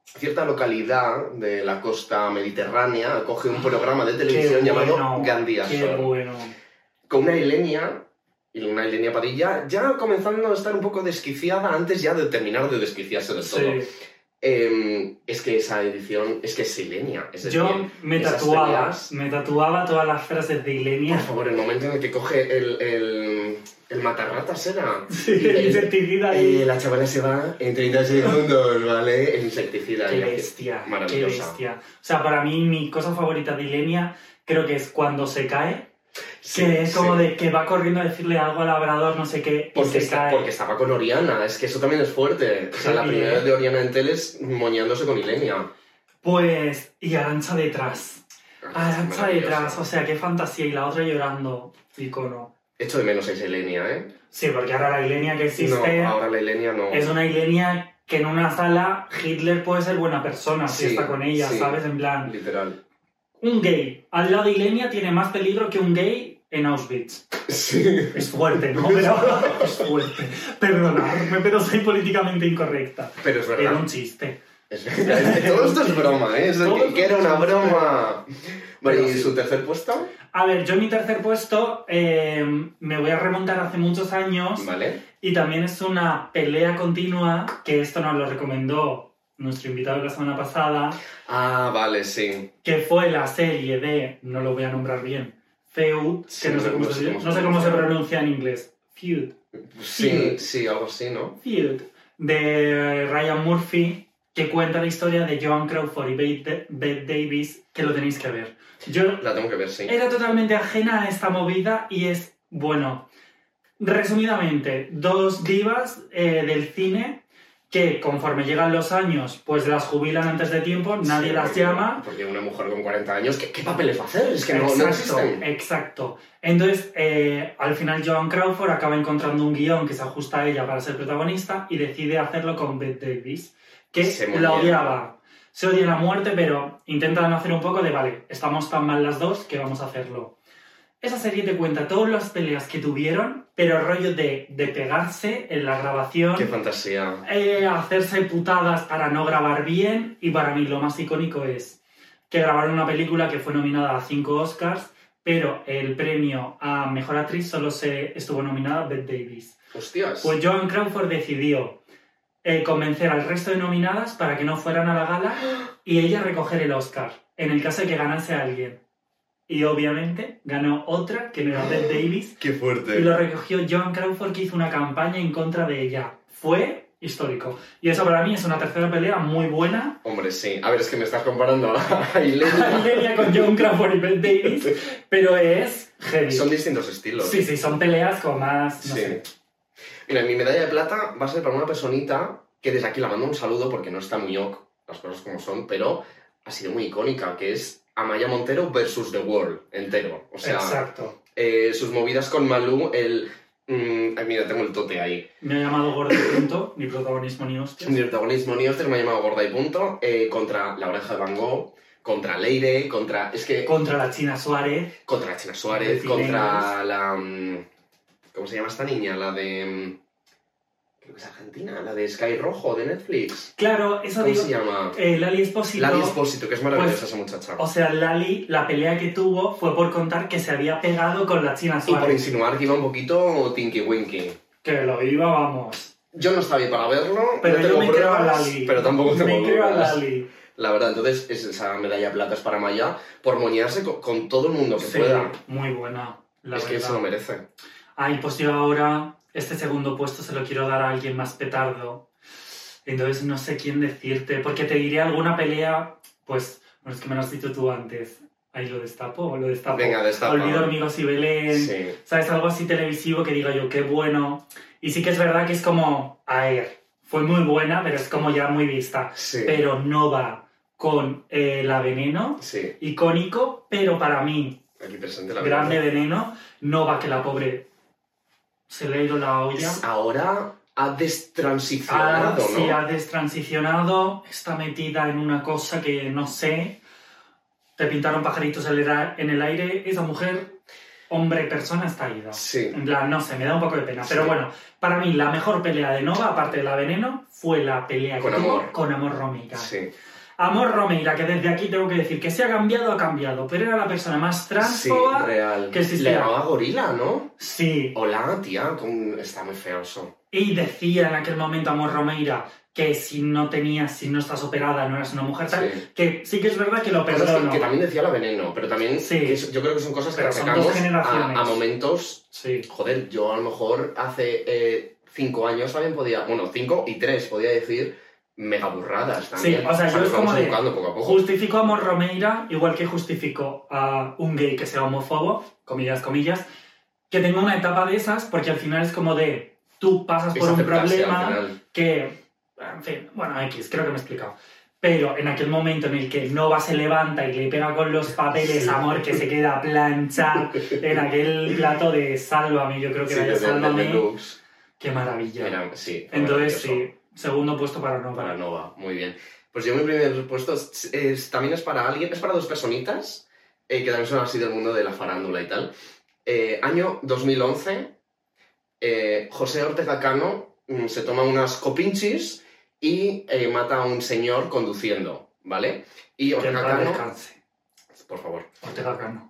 S1: Cierta localidad de la costa mediterránea acoge un programa de televisión
S2: Qué
S1: llamado
S2: bueno,
S1: Gandía
S2: Qué
S1: Sol.
S2: bueno.
S1: con una Ilenia y una Ilenia Padilla ya comenzando a estar un poco desquiciada antes ya de terminar de desquiciarse del todo.
S2: Sí.
S1: Em, es que esa edición, es que es Ilenia. Es decir,
S2: Yo me
S1: esas
S2: tatuaba,
S1: peleas-
S2: me tatuaba todas las frases de Ilenia.
S1: por favor, el momento en el que coge el, el, el matarratas era...
S2: Sí,
S1: Y
S2: el
S1: el-
S2: insecticida
S1: eh,
S2: ahí.
S1: la chavala se va en 30 segundos, ¿vale? El insecticida.
S2: Qué
S1: y-
S2: bestia, qué
S1: Maravillosa.
S2: bestia. O sea, para mí mi cosa favorita de Ilenia creo que es cuando se cae, que es como
S1: sí.
S2: de que va corriendo a decirle algo al labrador, no sé qué, y
S1: Porque,
S2: se
S1: está-
S2: cae.
S1: porque estaba con Oriana, es que eso también es fuerte. O sea, la
S2: eh. Sí. Ah,
S1: primera vez de Oriana en teles moñándose con Ilenia.
S2: Pues, y Arancha detrás. Arancha
S1: Maravillosa.
S2: detrás, o sea, qué fantasía. Y la otra llorando, icono.
S1: Echo de menos a Ilenia, ¿eh?
S2: Sí, porque ahora la Ilenia que existe
S1: No, ahora la Ilenia no.
S2: es una Ilenia que en una sala Hitler puede ser buena persona si
S1: Sí,
S2: está con ella,
S1: sí.
S2: ¿sabes? En plan,
S1: Literal.
S2: un gay al lado de Ilenia tiene más peligro que un gay en Auschwitz.
S1: Sí.
S2: Es fuerte, ¿no? Pero, es fuerte. Perdonadme, pero soy políticamente incorrecta.
S1: Pero es
S2: Era un
S1: verdad.
S2: chiste.
S1: Es verdad. Todo esto es broma, ¿eh? Es
S2: Todo
S1: que,
S2: esto
S1: que era
S2: es
S1: una
S2: broma.
S1: broma. Vale,
S2: Pero
S1: ¿y
S2: sí.
S1: su tercer puesto?
S2: A ver, yo en mi tercer puesto eh, me voy a remontar hace muchos años
S1: Vale.
S2: y también es una pelea continua que esto nos lo recomendó nuestro invitado de la semana pasada.
S1: Ah, vale, sí.
S2: que fue la serie de, no lo voy a nombrar bien, Feud,
S1: Sí,
S2: que no sé
S1: no
S2: cómo,
S1: sé
S2: se,
S1: cómo se
S2: no sé cómo se
S1: pronuncia.
S2: pronuncia en inglés, Feud,
S1: Sí, sí, algo así, ¿no?
S2: Feud, de Ryan Murphy, que cuenta la historia de Joan Crawford y Bette, Bette Davis, que lo tenéis que ver. Yo
S1: La tengo que ver, sí.
S2: era totalmente ajena a esta movida y es, bueno, resumidamente, dos divas eh, del cine que conforme llegan los años, pues las jubilan antes de tiempo, nadie
S1: Sí,
S2: las
S1: porque-
S2: llama,
S1: Porque una mujer con 40 años, ¿qué, qué papeles va a hacer? Es que no, no
S2: Eh,
S1: existen.
S2: Exacto. Entonces, eh, al final Joan Crawford acaba encontrando un guión que se ajusta a ella para ser protagonista y decide hacerlo con Bette Davis, que
S1: Se moría.
S2: la odiaba. Se odian a muerte, pero intentan hacer un poco de, vale, estamos tan mal las dos que vamos a hacerlo. Esa serie te cuenta todas las peleas que tuvieron, pero rollo de, de pegarse en la grabación,
S1: Qué fantasía.
S2: eh, hacerse putadas para no grabar bien y para mí lo más icónico es que grabaron una película que fue nominada a cinco Oscars, pero el premio a Mejor Actriz solo se estuvo nominada Bette Davis.
S1: Hostias.
S2: Pues Joan Crawford decidió eh, convencer al resto de nominadas para que no fueran a la gala y ella recoger el Oscar, en el caso de que ganase alguien. Y obviamente ganó otra que no era Bette Davis
S1: Qué fuerte.
S2: y lo recogió Joan Crawford que hizo una campaña en contra de ella. Fue histórico. Y eso para mí es una tercera pelea muy buena.
S1: Hombre, sí. A ver, es que me estás comparando a, a Ilenia.
S2: Pelea con Joan Crawford y Ben Davis, pero es heavy.
S1: Son distintos estilos.
S2: Sí, sí, son peleas como más, no
S1: Sí.
S2: sé.
S1: Mira, mi medalla de plata va a ser para una personita que desde aquí la mando un saludo porque no está muy ok, las cosas como son, pero ha sido muy icónica, que es Amaya Montero versus The World entero. O sea,
S2: Exacto.
S1: eh, sus movidas con Malú, el... mm, ay, mira, tengo el tote ahí.
S2: Me ha llamado gordo y punto, ni protagonismo ni hostias.
S1: Mi protagonismo ni hostias, me ha llamado gorda y punto, eh, contra La Oreja de Van Gogh, contra Leire, contra... Es que...
S2: Contra la China Suárez.
S1: Contra China Suárez,
S2: Vecineros.
S1: contra la... mm, ¿Cómo se llama esta niña? La de... mm, Creo que es argentina, la de Sky Rojo, de Netflix.
S2: Claro, eso
S1: ¿Cómo
S2: digo.
S1: se llama?
S2: eh, Lali Espósito.
S1: Lali Espósito, que es maravillosa
S2: Pues-
S1: esa muchacha.
S2: O sea, Lali, la pelea que tuvo fue por contar que se había pegado con la China
S1: y por
S2: Suárez.
S1: insinuar que iba un poquito Tinky Winky.
S2: Que lo iba, vamos.
S1: Yo no estaba ahí para verlo,
S2: Pero
S1: no
S2: yo
S1: tengo
S2: me creo a
S1: pruebas,
S2: Lali.
S1: pero tampoco tengo
S2: Me creo a
S1: pruebas.
S2: Lali.
S1: La verdad, entonces es esa medalla de plata es para Maya por moñarse co- con, todo el mundo que
S2: Sí,
S1: pueda.
S2: muy buena. La
S1: es que
S2: verdad.
S1: se lo merece.
S2: Ay, pues yo ahora este segundo puesto se lo quiero dar a alguien más petardo. Entonces no sé quién decirte, porque te diré alguna pelea, pues, bueno, es que me lo has dicho tú antes. Ahí lo destapo, o lo destapo.
S1: Venga, destapa.
S2: Olvido amigos y Belén.
S1: Sí.
S2: ¿Sabes? Algo así televisivo que diga yo, qué bueno. Y sí que es verdad que es como, a ver, fue muy buena, pero es como ya muy vista.
S1: Sí.
S2: Pero no va con eh, la veneno,
S1: Sí.
S2: icónico, pero para mí,
S1: Aquí presente la
S2: grande
S1: verdad.
S2: veneno, no va que la pobre se le ha ido la olla.
S1: Ahora ha
S2: Ha,
S1: destransicionado, ¿no?
S2: Ah, sí, ha destransicionado, está metida en una cosa que no sé. Te pintaron pajaritos en el a- en el aire, esa mujer, hombre, persona, está ida.
S1: Sí.
S2: En plan, no sé, me da un poco de pena.
S1: Sí.
S2: Pero bueno, para mí la mejor pelea de Nova, aparte de la Veneno, fue la pelea
S1: Con
S2: que tuvo
S1: Amor.
S2: con Amor Romita.
S1: Sí.
S2: Amor Romita, que desde aquí tengo que decir que si ha cambiado, ha cambiado, pero era la persona más
S1: Sí,
S2: transfoba
S1: real.
S2: que
S1: Le
S2: existía.
S1: llamaba gorila, ¿no?
S2: Sí,
S1: Hola, tía. con- Está muy feo eso.
S2: Y decía en aquel momento Amor Romeira que si no tenías, si no estás operada, no eras una mujer tal,
S1: Sí.
S2: que sí que es verdad que lo
S1: Cosas que-
S2: perdono.
S1: que, también decía la veneno, pero también
S2: Sí.
S1: que es- yo creo que son cosas que
S2: Pero son
S1: achacamos
S2: dos generaciones.
S1: a, a momentos.
S2: Sí.
S1: Joder, yo a lo mejor hace eh, cinco años también podía, bueno, cinco y tres podía decir mega burradas también.
S2: Sí, o sea, yo
S1: nos
S2: es como
S1: vamos
S2: de-
S1: educando poco a poco.
S2: Justifico a Amor Romeira igual que justifico a un gay que sea homofobo, comillas, comillas, que tenga una etapa de esas porque al final es como de tú pasas
S1: Es
S2: por un
S1: aceptarse al
S2: problema
S1: final.
S2: que, en fin, bueno, X, creo que me he explicado. Pero en aquel momento en el que Nova se levanta y le pega con los papeles,
S1: Sí.
S2: amor, que se queda a planchar en aquel plato de Sálvame, yo creo que
S1: Sí,
S2: era de
S1: desde- desde
S2: Sálvame.
S1: Lux.
S2: Qué maravilla.
S1: Era- sí, era
S2: Entonces,
S1: maravilloso.
S2: sí, segundo puesto para Nova.
S1: Para Nova, muy bien. Pues yo mi primer puesto es- es- también es para alguien, es para dos personitas, eh, que también son así del mundo de la farándula y tal. Eh, año 2011, eh, José Ortega Cano mm, se toma unas copinchis y eh, mata a un señor conduciendo, ¿vale? Y
S2: Que en
S1: Ortega
S2: paz
S1: Cano...
S2: descanse.
S1: Por favor.
S2: Ortega Cano.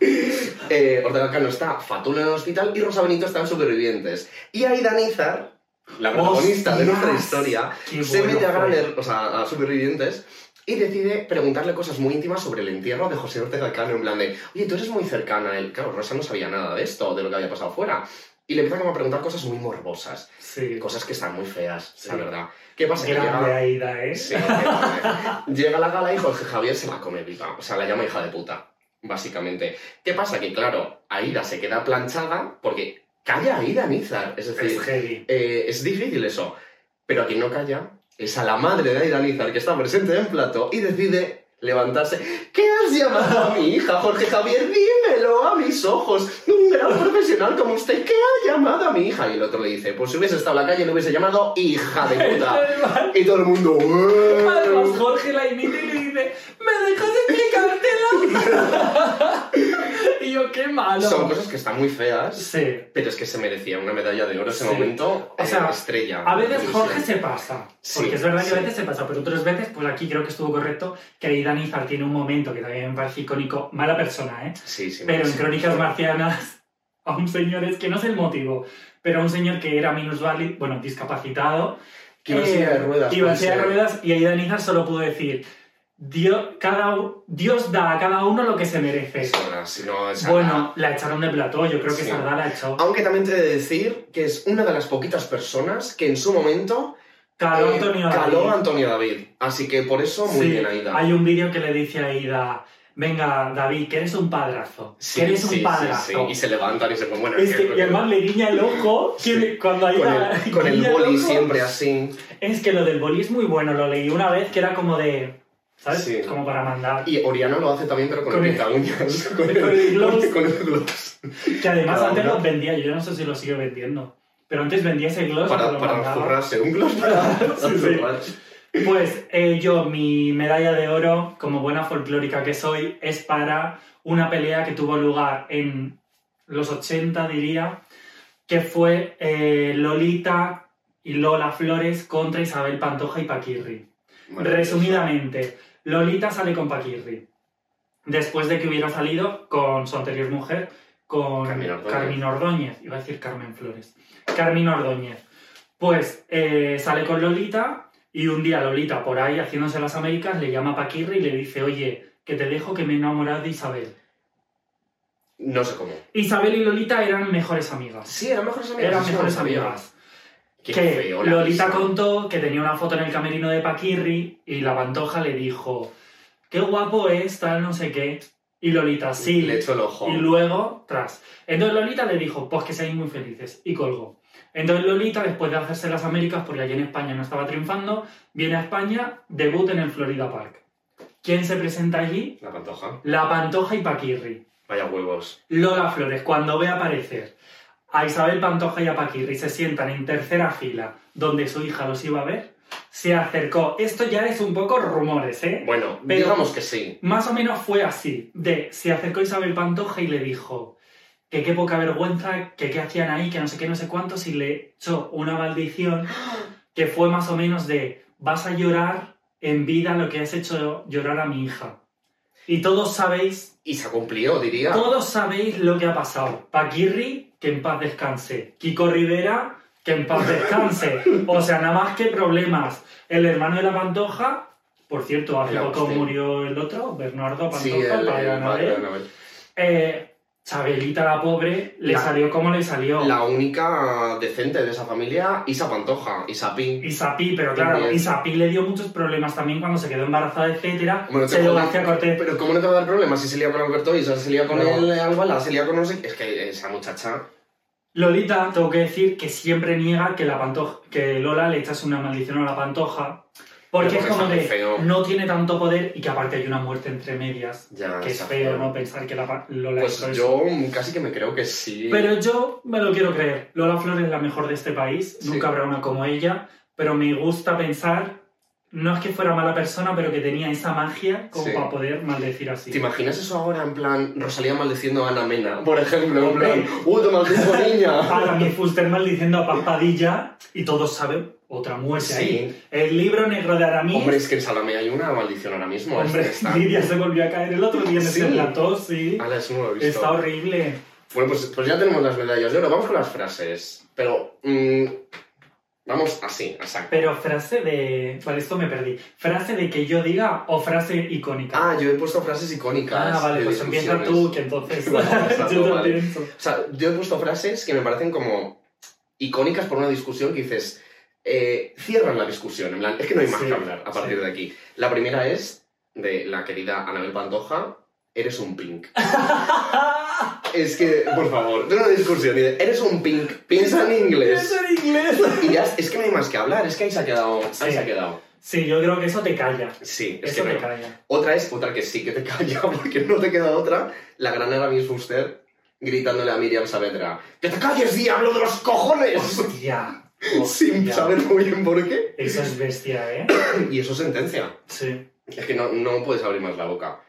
S1: Eh, Ortega Cano está fatula en el hospital y Rosa Benito está en Supervivientes. Y Aida Nizar, la protagonista de nuestra
S2: Hostias,
S1: historia,
S2: qué
S1: se
S2: bueno
S1: mete a,
S2: fue.
S1: Graner, o sea, a Supervivientes y decide preguntarle cosas muy íntimas sobre el entierro de José Ortega Cano, en plan de, oye, tú eres muy cercana a él. Claro, Rosa no sabía nada de esto, de lo que había pasado fuera. Y le empieza como a preguntar cosas muy morbosas,
S2: Sí.
S1: cosas que están muy feas, la
S2: Sí.
S1: verdad. ¿Qué pasa? Que
S2: Grande
S1: llega...
S2: Aida, ¿eh?
S1: Sí, obviamente. Llega la gala y Jorge Javier se la come viva. O sea, la llama hija de puta, básicamente. ¿Qué pasa? Que, claro, Aida se queda planchada porque calla Aida Nizar. Es decir,
S2: Es heavy.
S1: eh, es difícil eso. Pero a quien no calla es a la madre de Aida Nizar, que está presente en plato y decide levantarse. ¿Qué has llamado a mi hija, Jorge Javier? Dímelo a mis ojos. Un gran profesional como usted, ¿qué ha llamado a mi hija? Y el otro le dice, pues si hubiese estado en la calle le hubiese llamado hija de puta. Y todo el mundo... "Ué".
S2: Además, Jorge la imita y le dice, ¿me dejas explicártela? y yo, qué malo.
S1: Son cosas que están muy feas,
S2: Sí.
S1: pero es que se merecía una medalla de oro ese
S2: Sí.
S1: momento.
S2: O
S1: eh,
S2: sea,
S1: estrella.
S2: A veces
S1: Sí,
S2: Jorge
S1: sí.
S2: se pasa.
S1: Sí,
S2: Porque es verdad que
S1: sí.
S2: a veces se pasa, pero otras veces, pues aquí creo que estuvo correcto, que ahí Danizar tiene un momento que también me parece icónico, mala persona, ¿eh?
S1: Sí, sí.
S2: Pero en
S1: sí.
S2: Crónicas Marcianas, a un señor, es que no sé el motivo, pero a un señor que era minusválido, bueno, discapacitado,
S1: Que iba en
S2: eh,
S1: silla de ruedas,
S2: que iba en
S1: puede
S2: silla de
S1: ser.
S2: ruedas, y ahí Danizar solo pudo decir, Dios, cada, u- Dios da a cada uno lo que se merece.
S1: Ahora, si no, es-
S2: Bueno, la echaron de plató, yo creo que
S1: Sí. Ah,
S2: Sardá la echó.
S1: Aunque también te he de decir que es una de las poquitas personas que en su momento
S2: Caló
S1: eh,
S2: Antonio
S1: caló
S2: David.
S1: a Antonio David. Así que por eso, muy
S2: Sí,
S1: bien, Aida.
S2: Hay un vídeo que le dice a Aida, venga, David, que eres un padrazo.
S1: Sí,
S2: que eres
S1: sí,
S2: un
S1: sí,
S2: padrazo.
S1: sí. Y se levantan y se ponen. Bueno,
S2: Es
S1: ¿qué?
S2: que, y además le guiña el ojo que le- cuando hay
S1: con
S2: la-
S1: el, con el
S2: guiña
S1: boli
S2: ojo.
S1: siempre así.
S2: Es que lo del boli es muy bueno, lo leí una vez que era como de. ¿Sabes?
S1: Sí.
S2: Como para mandar.
S1: Y Oriana lo hace también, pero con,
S2: Con
S1: el
S2: el-
S1: pinta uñas. Con
S2: con el gloss.
S1: Con el gloss.
S2: Que además
S1: Cada
S2: antes
S1: uno.
S2: los vendía, yo no sé si lo sigue vendiendo. Pero antes vendía ese gloss y te
S1: Para,
S2: lo
S1: para
S2: mandaba.
S1: zurrarse. Un gloss para
S2: Sí, sí.
S1: zurrarse.
S2: Pues eh, yo, mi medalla de oro, como buena folclórica que soy, es para una pelea que tuvo lugar en los 80, diría, que fue eh, Lolita y Lola Flores contra Isabel Pantoja y Paquirri. Resumidamente, Lolita sale con Paquirri. Después de que hubiera salido con su anterior mujer, con
S1: Carmen Ordóñez.
S2: Carmen Ordóñez. Iba a decir Carmen Flores. Carmen Ordóñez. Pues eh, sale con Lolita y un día Lolita, por ahí haciéndose las Américas, le llama a Paquirri y le dice, oye, que te dejo que me he enamorado de Isabel.
S1: No sé cómo.
S2: Isabel y Lolita eran mejores amigas.
S1: Sí, eran mejores amigas.
S2: Eran
S1: eso no
S2: mejores
S1: lo sabía.
S2: amigas.
S1: Qué
S2: que
S1: feo, la
S2: Lolita
S1: pista.
S2: contó que tenía una foto en el camerino de Paquirri y la pantoja le dijo, qué guapo es, tal, no sé qué. Y Lolita, sí.
S1: Le echó el ojo.
S2: Y luego, tras. Entonces Lolita le dijo, pues que seáis muy felices. Y colgó. Entonces Lolita, después de hacerse las Américas, porque allí en España no estaba triunfando, viene a España, debut en el Florida Park. ¿Quién se presenta allí?
S1: La pantoja.
S2: La Pantoja y Paquirri.
S1: Vaya huevos.
S2: Lola Flores, cuando ve aparecer a Isabel Pantoja y a Paquirri, se sientan en tercera fila donde su hija los iba a ver, se acercó. Esto ya es un poco rumores, ¿eh?
S1: Bueno,
S2: Pero-
S1: digamos que sí.
S2: Más o menos fue así, de se acercó Isabel Pantoja y le dijo que qué poca vergüenza, que qué hacían ahí, que no sé qué, no sé cuántos, y le echó una maldición que fue más o menos de vas a llorar en vida lo que has hecho llorar a mi hija. Y todos sabéis
S1: Y se cumplió, diría.
S2: todos sabéis lo que ha pasado. Paquirri, que en paz descanse. Kiko Rivera, que en paz descanse. O sea, nada más que problemas. El hermano de la Pantoja, por cierto, hace
S1: El
S2: poco
S1: Agustín.
S2: murió el otro, Bernardo Pantoja,
S1: Sí, el, el
S2: padre de Anabel.
S1: padre de Anabel.
S2: Eh, Chabelita, la pobre, le
S1: La-
S2: salió como le salió.
S1: La única decente de esa familia, Isa Pantoja, Isa Pi.
S2: Isapi, pero claro,
S1: También.
S2: Isapi le dio muchos problemas también cuando se quedó embarazada, etcétera.
S1: Bueno, te
S2: se lo
S1: jodas.
S2: García Cortés.
S1: Pero ¿cómo no te va a dar problemas si se lía con Alberto Isa, se lía con
S2: No.
S1: el Álvaro, se lía con no sé qué? Es que esa muchacha...
S2: Lolita, tengo que decir que siempre niega que, la pantoja, que Lola le echase una maldición a la pantoja. Porque
S1: Pero
S2: es
S1: porque
S2: como
S1: está muy
S2: que
S1: feo.
S2: no tiene tanto poder y que aparte hay una muerte entre medias.
S1: Ya,
S2: que es
S1: Ah, está
S2: feo,
S1: feo.
S2: ¿no? Pensar que la pa- Lola
S1: Pues
S2: hizo eso.
S1: yo casi que me creo que sí.
S2: Pero yo me lo quiero creer. Lola Flores es la mejor de este país.
S1: Sí.
S2: Nunca habrá una como ella. Pero me gusta pensar, no es que fuera mala persona, pero que tenía esa magia como
S1: Sí.
S2: para poder maldecir así.
S1: ¿Te imaginas eso ahora en plan Rosalía maldiciendo a Ana Mena? Por ejemplo, en plan,
S2: Hombre.
S1: ¡Uh, te maldijo niña!
S2: Ahora mi Fuster maldiciendo a Paspadilla y todos saben otra muerte
S1: Sí.
S2: pues ahí. El libro negro de Aramis.
S1: Hombre, es que en Salame hay una maldición ahora mismo.
S2: Hombre,
S1: es que está-
S2: Lidia se volvió a caer el otro día en
S1: Sí.
S2: ese plató, sí.
S1: Ala, eso no lo he visto.
S2: Está horrible.
S1: Bueno, pues, pues ya tenemos las medallas de oro. Vamos con las frases. Pero. mm, vamos así, a saco.
S2: Pero frase de... Vale, esto me perdí. Frase de que yo diga o frase icónica.
S1: Ah, yo he puesto frases icónicas.
S2: Ah, vale,
S1: de
S2: pues empieza
S1: discusiones.
S2: tú, que entonces
S1: Vamos a
S2: yo
S1: tú,
S2: no
S1: vale.
S2: pienso.
S1: O sea, yo he puesto frases que me parecen como icónicas por una discusión que dices. eh, cierran la discusión, en plan, es que no hay más
S2: Sí,
S1: que hablar a partir
S2: sí.
S1: de aquí. La primera es de la querida Anabel Pantoja, eres un pink. es que, por favor, de una discusión, y de, eres un pink, piensa en inglés.
S2: Piensa en inglés.
S1: Y ya, es que no hay más que hablar, es que ahí se ha quedado. Ahí
S2: Sí.
S1: se ha quedado.
S2: Sí, yo creo que eso te calla.
S1: Sí, es
S2: Eso
S1: que
S2: te
S1: no.
S2: calla.
S1: Otra es otra que sí que te calla porque no te queda otra. La gran Aramis Fuster gritándole a Miriam Saavedra: ¡Que te calles, diablo de los cojones!
S2: Hostia.
S1: Sin
S2: hostia.
S1: saber muy bien por qué.
S2: Eso es bestia, ¿eh?
S1: Y eso es sentencia.
S2: Sí.
S1: Es que no, no puedes abrir más la boca.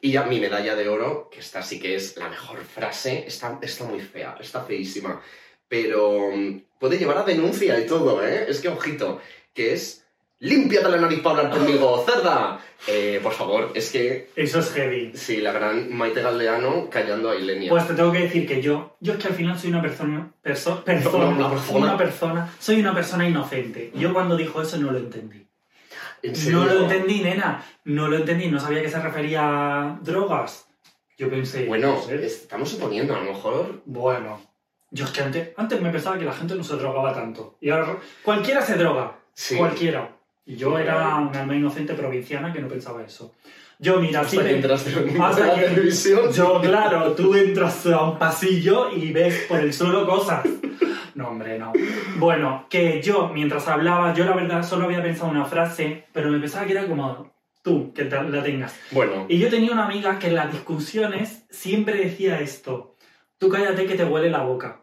S1: Y ya mi medalla de oro, que esta sí que es la mejor frase, está, está muy fea, está feísima. Pero mm, puede llevar a denuncia y todo, ¿eh? Es que ojito, que es... Límpiate la nariz para hablar conmigo, cerda. Eh, por favor, es que...
S2: Eso es heavy.
S1: Sí, la gran Maite Galdeano callando a Ilenia.
S2: Pues te tengo que decir que yo, yo es que al final soy una persona, perso- persona,
S1: No, no, una persona.
S2: una persona, soy una persona inocente. Yo cuando dijo eso no lo entendí.
S1: ¿En serio?
S2: No lo entendí, nena, no lo entendí, no sabía que se refería a drogas. Yo pensé,
S1: Bueno,
S2: no sé.
S1: estamos suponiendo, a lo mejor...
S2: bueno, yo es que antes, antes me pensaba que la gente no se drogaba tanto. Y ahora cualquiera se droga,
S1: Sí.
S2: cualquiera. Y yo era un alma inocente provinciana que no pensaba eso. Yo, mira, Ah, sí
S1: Hasta que
S2: me-
S1: entraste en
S2: hasta
S1: la
S2: que-
S1: televisión.
S2: Yo, claro, tú entras a un pasillo y ves por el suelo cosas. No, hombre, no. Bueno, que yo, mientras hablaba, yo la verdad solo había pensado una frase, pero me pensaba que era como tú, que te- la tengas.
S1: Bueno,
S2: Y yo tenía una amiga que en las discusiones siempre decía esto. Tú cállate que te huele la boca.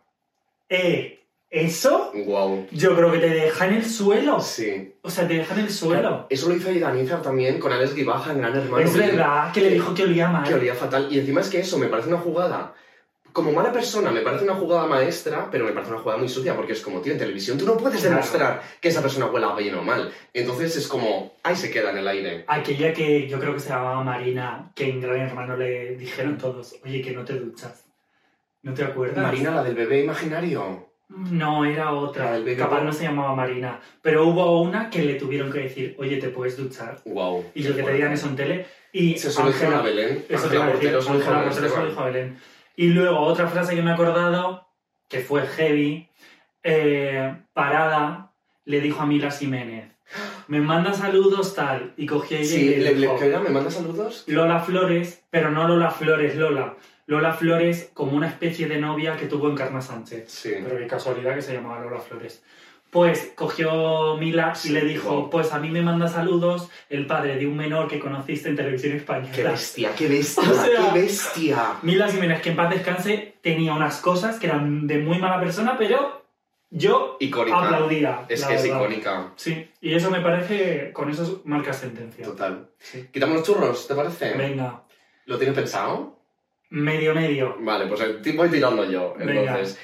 S2: Eh, ¿eso?
S1: wow.
S2: Yo creo que te deja en el suelo.
S1: Sí.
S2: O sea, te deja en el suelo.
S1: Eso lo hizo Aidan Izar también con Alex Gibaja en Gran Hermano.
S2: es verdad que le dijo que olía mal.
S1: Que olía fatal. Y encima es que eso me parece una jugada. Como mala persona, me parece una jugada maestra, pero me parece una jugada muy sucia, porque es como, tío, en televisión tú no puedes
S2: Claro.
S1: demostrar que esa persona huela bien o mal. Entonces es como, ahí se queda en el aire.
S2: Aquella que yo creo que se llamaba Marina, que en Gran Hermano le dijeron todos, oye, que no te duchas. ¿No te acuerdas?
S1: Marina, Ah, la del bebé imaginario.
S2: No, era otra.
S1: La del bebé.
S2: Capaz no se llamaba Marina. Pero hubo una que le tuvieron que decir, oye, te puedes duchar.
S1: Wow.
S2: Y lo que te digan eso en tele. Y
S1: Se soluciona a Belén.
S2: Eso
S1: Ángela
S2: te iba a decir,
S1: Portero se lo dijo
S2: Ángela
S1: a
S2: Portero se lo
S1: Esteban.
S2: dijo a Belén. Y luego otra frase que me he acordado, que fue heavy, eh, parada, le dijo a Mila Jiménez, me manda saludos tal, y cogí a ella
S1: Sí,
S2: y le
S1: le, le-
S2: dijo,
S1: ¿qué era? ¿me manda saludos?
S2: Lola Flores, pero no Lola Flores, Lola. Lola Flores como una especie de novia que tuvo Encarna Sánchez.
S1: Sí.
S2: Pero qué casualidad que se llamaba Lola Flores. Pues cogió Mila y le dijo, pues a mí me manda saludos el padre de un menor que conociste en televisión española.
S1: Qué bestia, qué bestia,
S2: O sea-
S1: qué bestia.
S2: Mila Jiménez, que en paz descanse, tenía unas cosas que eran de muy mala persona, pero yo
S1: Icónica.
S2: aplaudía.
S1: Es
S2: la
S1: que es
S2: verdad.
S1: icónica.
S2: Sí, y eso me parece, con eso marca sentencia.
S1: Total.
S2: Sí.
S1: Quitamos los churros, ¿te parece?
S2: Venga,
S1: ¿Lo tienes pensado?
S2: medio medio.
S1: Vale, pues eh, ti- voy tirando yo,
S2: Venga.
S1: entonces.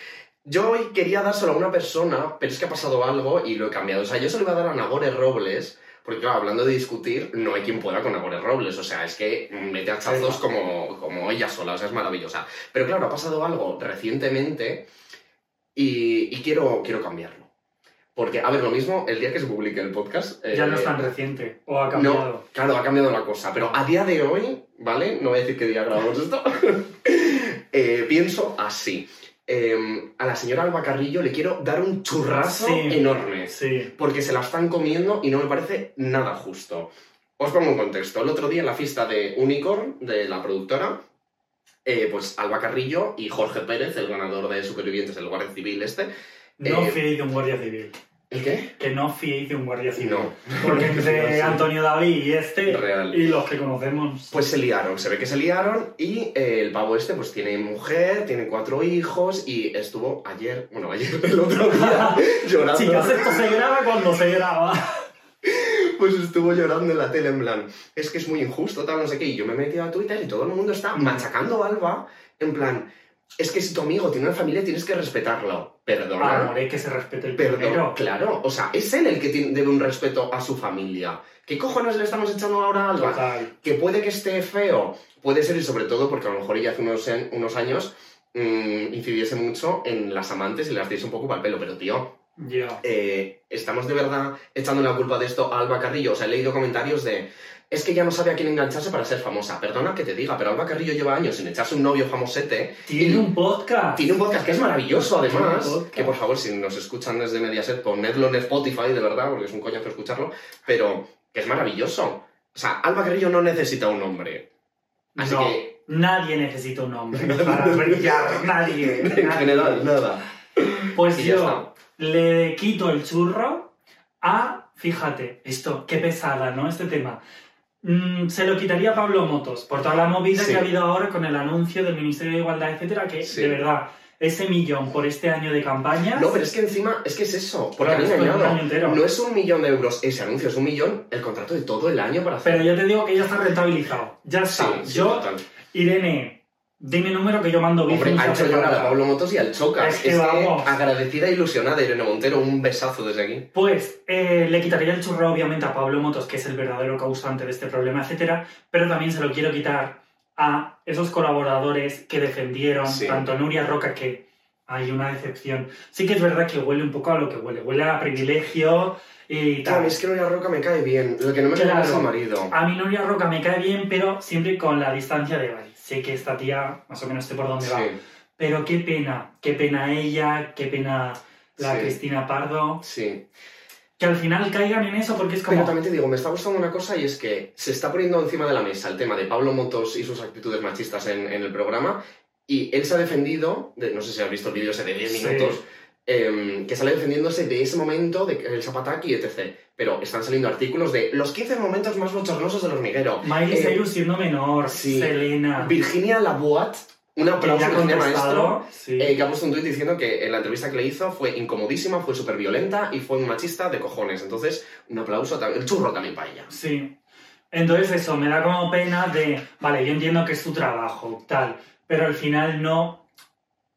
S1: Yo hoy quería dárselo a una persona, pero es que ha pasado algo y lo he cambiado. O sea, yo se lo iba a dar a Nagore Robles, porque claro, hablando de discutir, no hay quien pueda con Nagore Robles. O sea, es que mete hachazos
S2: Venga.
S1: como, como ella sola, o sea, es maravillosa. Pero claro, ha pasado algo recientemente y, y quiero, quiero cambiarlo. Porque, a ver, lo mismo, el día que se publique el podcast...
S2: Ya no
S1: eh,
S2: es tan reciente, o ha cambiado.
S1: no, claro, ha cambiado la cosa, pero a día de hoy, ¿vale? No voy a decir qué día grabamos esto. Eh, pienso así. Eh, a la señora Alba Carrillo le quiero dar un churrazo
S2: Sí.
S1: enorme,
S2: Sí,
S1: porque se la están comiendo y no me parece nada justo. Os pongo un contexto. El otro día en la fiesta de Unicorn, de la productora, eh, pues Alba Carrillo y Jorge Pérez, el ganador de Supervivientes del Guardia Civil este.
S2: no
S1: Eh,
S2: fiéis de un guardia civil.
S1: ¿El qué?
S2: Que no fiéis de un guardia civil.
S1: No.
S2: Porque entre
S1: Sí.
S2: Antonio David y este,
S1: Real.
S2: y los que conocemos,
S1: Pues se liaron, se ve que se liaron y eh, el pavo este pues tiene mujer, tiene cuatro hijos y estuvo ayer, bueno, ayer el otro día llorando.
S2: chicas, esto se graba cuando se graba.
S1: Pues estuvo llorando en la tele en plan, es que es muy injusto, tal, no sé qué. Y yo me he metido a Twitter y todo el mundo está machacando a Alba en plan, es que si tu amigo tiene una familia tienes que respetarlo. Perdona.
S2: Amor, es que se respete el
S1: Perdón,
S2: primero.
S1: claro, o sea, es él el que tiene- debe un respeto a su familia. ¿Qué cojones le estamos echando ahora a Alba?
S2: Total.
S1: que puede que esté feo, puede ser y sobre todo porque a lo mejor ella hace unos, en- unos años mm, incidiese mucho en las amantes y las diese un poco para el pelo, pero tío,
S2: Ya.
S1: eh, estamos de verdad echando la culpa de esto a Alba Carrillo. O sea, he leído comentarios de, es que ya no sabe a quién engancharse para ser famosa. Perdona que te diga, pero Alba Carrillo lleva años sin echarse un novio famosete.
S2: Tiene un podcast.
S1: Eh, Tiene un podcast que es maravilloso, además.
S2: Tiene un podcast.
S1: Que por favor, si nos escuchan desde Mediaset, ponedlo en Spotify, de verdad, porque es un coñazo escucharlo. Pero que es maravilloso. O sea, Alba Carrillo no necesita un hombre. Así
S2: no,
S1: que-
S2: nadie necesita un hombre para brillar. Nadie.
S1: En
S2: nadie.
S1: general, nada.
S2: Pues
S1: Y ya
S2: yo le quito el churro a. Fíjate, esto, qué pesada, ¿no? Este tema. Mm, se lo quitaría a Pablo Motos por toda la movida
S1: Sí.
S2: que ha habido ahora con el anuncio del Ministerio de Igualdad, etcétera, que
S1: Sí.
S2: de verdad, ese millón por este año de campaña.
S1: No, pero es que encima, es que es eso. Porque
S2: Claro,
S1: han
S2: es todo el
S1: engañado.
S2: año entero.
S1: No es un millón de euros ese anuncio, es un millón el contrato de todo el año para hacer.
S2: Pero ya te digo que ya está rentabilizado. Ya
S1: Sí,
S2: está.
S1: sí,
S2: yo,
S1: total.
S2: Irene, dime número que yo mando
S1: Hombre,
S2: bizums
S1: ha hecho
S2: hace
S1: llorar a
S2: falta.
S1: Pablo Motos y al Chocas.
S2: Es que vamos.
S1: agradecida e ilusionada, Irene Montero, un besazo desde aquí.
S2: Pues eh, le quitaría el churro, obviamente, a Pablo Motos, que es el verdadero causante de este problema, etcétera, pero también se lo quiero quitar a esos colaboradores que defendieron,
S1: Sí.
S2: tanto Nuria Roca, que hay una decepción. Sí que es verdad que huele un poco a lo que huele, huele a privilegio y tal.
S1: Claro, es que Nuria Roca me cae bien. Lo que no me cae bien es
S2: Claro.
S1: su marido.
S2: A mí Nuria Roca me cae bien, pero siempre con la distancia de, vale, sé que esta tía más o menos sé por dónde va.
S1: Sí,
S2: Pero qué pena, qué pena ella, qué pena la
S1: Sí.
S2: Cristina Pardo.
S1: sí.
S2: que al final caigan en eso porque es como...
S1: Pero también te digo, me está gustando una cosa y es que se está poniendo encima de la mesa el tema de Pablo Motos y sus actitudes machistas en, en el programa y él se ha defendido, de- no sé si has visto el vídeo ese de 10
S2: Sí.
S1: minutos, em, que sale defendiéndose de ese momento de el zapataki, etc. Pero están saliendo artículos de los 15 momentos más bochornosos del hormiguero.
S2: Miley
S1: Eh,
S2: Cyrus siendo menor,
S1: sí.
S2: Selena...
S1: Virginia Laboat, un
S2: Ah. que
S1: aplauso
S2: ya ha
S1: grande, maestro.
S2: contestado. Sí.
S1: eh, que ha puesto un tuit diciendo que en la entrevista que le hizo fue incomodísima, fue súper violenta y fue un machista de cojones. Entonces, un aplauso, ta- el churro también para ella.
S2: Sí. Entonces eso, me da como pena de, vale, yo entiendo que es tu trabajo, tal, pero al final no,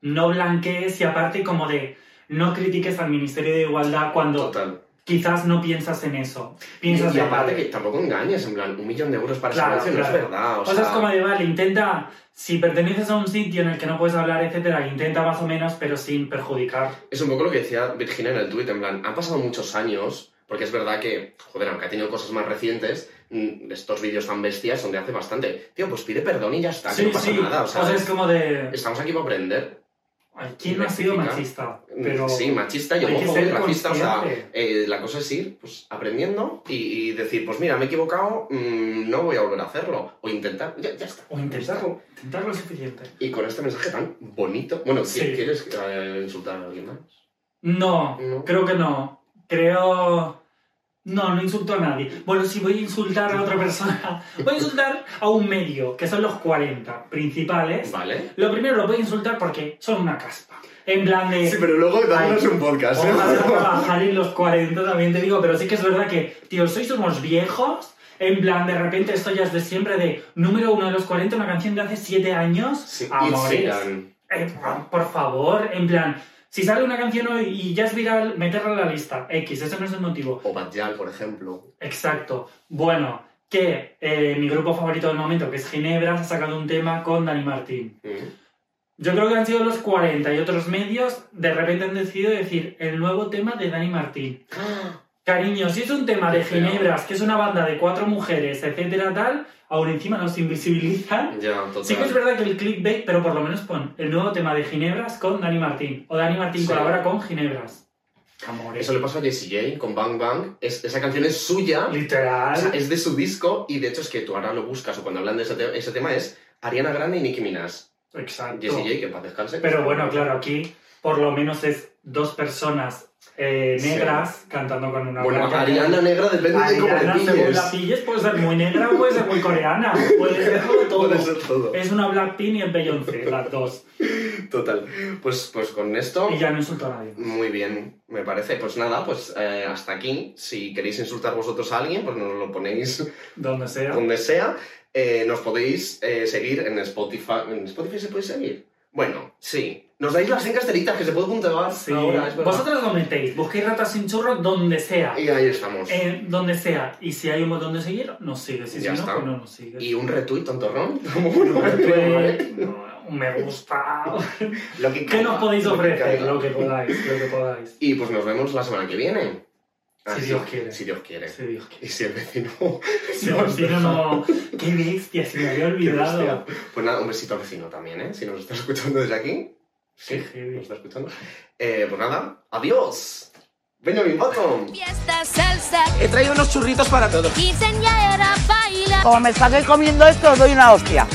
S2: no blanquees y aparte como de, no critiques al Ministerio de Igualdad cuando
S1: Total.
S2: quizás no piensas en eso.
S1: Y,
S2: Piensas
S1: y
S2: de,
S1: aparte
S2: vale.
S1: que tampoco engañes, en plan, un millón de euros para
S2: Claro,
S1: esa noche no
S2: claro.
S1: es verdad. O,
S2: O sea, es como de, vale, intenta, si perteneces a un sitio en el que no puedes hablar, etcétera, intenta más o menos, pero sin perjudicar.
S1: es un poco lo que decía Virginia en el tuit, en plan, han pasado muchos años, porque es verdad que, joder, aunque ha tenido cosas más recientes, mm, estos vídeos tan bestias son de hace bastante. Tío, pues pide perdón y ya está, que no pasa nada. O sea,
S2: es como de,
S1: estamos aquí para aprender.
S2: ay, ¿quién no ha sido
S1: rectificar.
S2: machista? Pero...
S1: Mm, sí, machista y
S2: hay que
S1: homófobo
S2: ser
S1: y racista. O sea,
S2: consciente.
S1: eh, la cosa es ir pues, aprendiendo y, y decir, pues mira, me he equivocado, mm, no voy a volver a hacerlo. O intentar, ya, ya está.
S2: O intentarlo, intentar lo suficiente.
S1: Y con este mensaje tan bonito. Bueno, ¿qui-
S2: Sí.
S1: ¿quieres eh, insultar a alguien más?
S2: No,
S1: No.
S2: creo que no. Creo. No, no insulto a nadie. Bueno, sí, voy a insultar a otra persona. Voy a insultar a un medio, que son los 40 principales.
S1: Vale.
S2: Lo primero lo voy a insultar porque son una caspa. En plan de.
S1: Sí, pero luego dándonos
S2: Ay,
S1: un podcast. ¿eh?
S2: Ojalá trabajar en los 40 también te digo, pero sí que es verdad que, tío, sois unos viejos. En plan, de repente esto ya es de siempre de número uno de los 40, una canción de hace 7 años.
S1: Sí, Ed
S2: Amores.
S1: Sheeran.
S2: Eh, por favor, en plan, si sale una canción hoy y ya es viral, meterla a la lista. X, ese no es el motivo.
S1: O Bad Gyal, por ejemplo.
S2: Exacto. Bueno, que eh, mi grupo favorito del momento, que es Ginebra, ha sacado un tema con Dani Martín.
S1: Mm.
S2: Yo creo que han sido los 40 y otros medios, de repente han decidido decir el nuevo tema de Dani Martín. Cariño, si es un tema de
S1: Qué feo.
S2: Ginebras, que es una banda de cuatro mujeres, etcétera, tal, aún encima nos invisibilizan.
S1: Ya, total.
S2: Sí que es verdad que el clickbait, pero por lo menos pon el nuevo tema de Ginebras con Dani Martín. O Dani Martín
S1: Sí.
S2: colabora con Ginebras. Amores.
S1: Eso le pasó a Jessie J con Bang Bang. Es- esa canción es suya.
S2: Literal.
S1: O sea, es de su disco y de hecho es que tú ahora lo buscas o cuando hablan de ese, te- ese tema es Ariana Grande y Nicki Minaj.
S2: Exacto.
S1: Jessie J, que en paz descanse.
S2: Pero bueno, claro, aquí por lo menos es dos personas eh,
S1: Sí.
S2: negras cantando con una
S1: Bueno,
S2: blanca.
S1: Ariana Negra depende de cómo
S2: Ariana,
S1: le
S2: según
S1: pilles.
S2: la pilles, puede ser muy negra o puede ser muy coreana. Puede ser todo. Eh.
S1: Puede ser todo.
S2: Es una Blackpink y es Beyoncé, las dos.
S1: Total. Pues, pues con esto...
S2: Y ya no insulto a nadie.
S1: Muy bien, me parece. Pues nada, pues eh, hasta aquí. Si queréis insultar vosotros a alguien, pues nos lo ponéis
S2: Donde sea.
S1: donde sea. Eh, nos podéis eh, seguir en Spotify. ¿En Spotify se puede seguir? Bueno, sí. Nos dais las 5 estrellitas que se puede puntuar
S2: Sí.
S1: ahora, es verdad.
S2: Vosotros lo metéis. Busquéis ratas sin churro donde sea.
S1: Y ahí estamos.
S2: Eh, donde sea. Y si hay un botón de seguir, nos sigues. Y si
S1: Ya
S2: no,
S1: está.
S2: pues no nos sigues.
S1: Y un retweet, tontorrón. Como uno, ¿vale?
S2: Pues, no, un me gusta.
S1: Lo que
S2: ¿Qué
S1: caiga,
S2: nos podéis
S1: lo que
S2: ofrecer?
S1: caiga.
S2: Lo que podáis, lo que podáis.
S1: Y pues nos vemos la semana que viene.
S2: Si Dios quiere.
S1: Si Dios quiere.
S2: Si Dios quiere.
S1: Y si el vecino.
S2: Si no, si no, no. Qué bestia, se me había
S1: Qué bestia.
S2: olvidado.
S1: Pues nada, un besito al vecino también, ¿eh? Si nos está escuchando desde aquí. Sí,
S2: Qué heavy.
S1: nos está escuchando. Eh, pues nada, adiós. Benjamin Button.
S3: fiesta salsa,
S4: He traído unos churritos para todos.
S3: quinceañera baila.
S5: Como me saqué comiendo esto, os doy una hostia.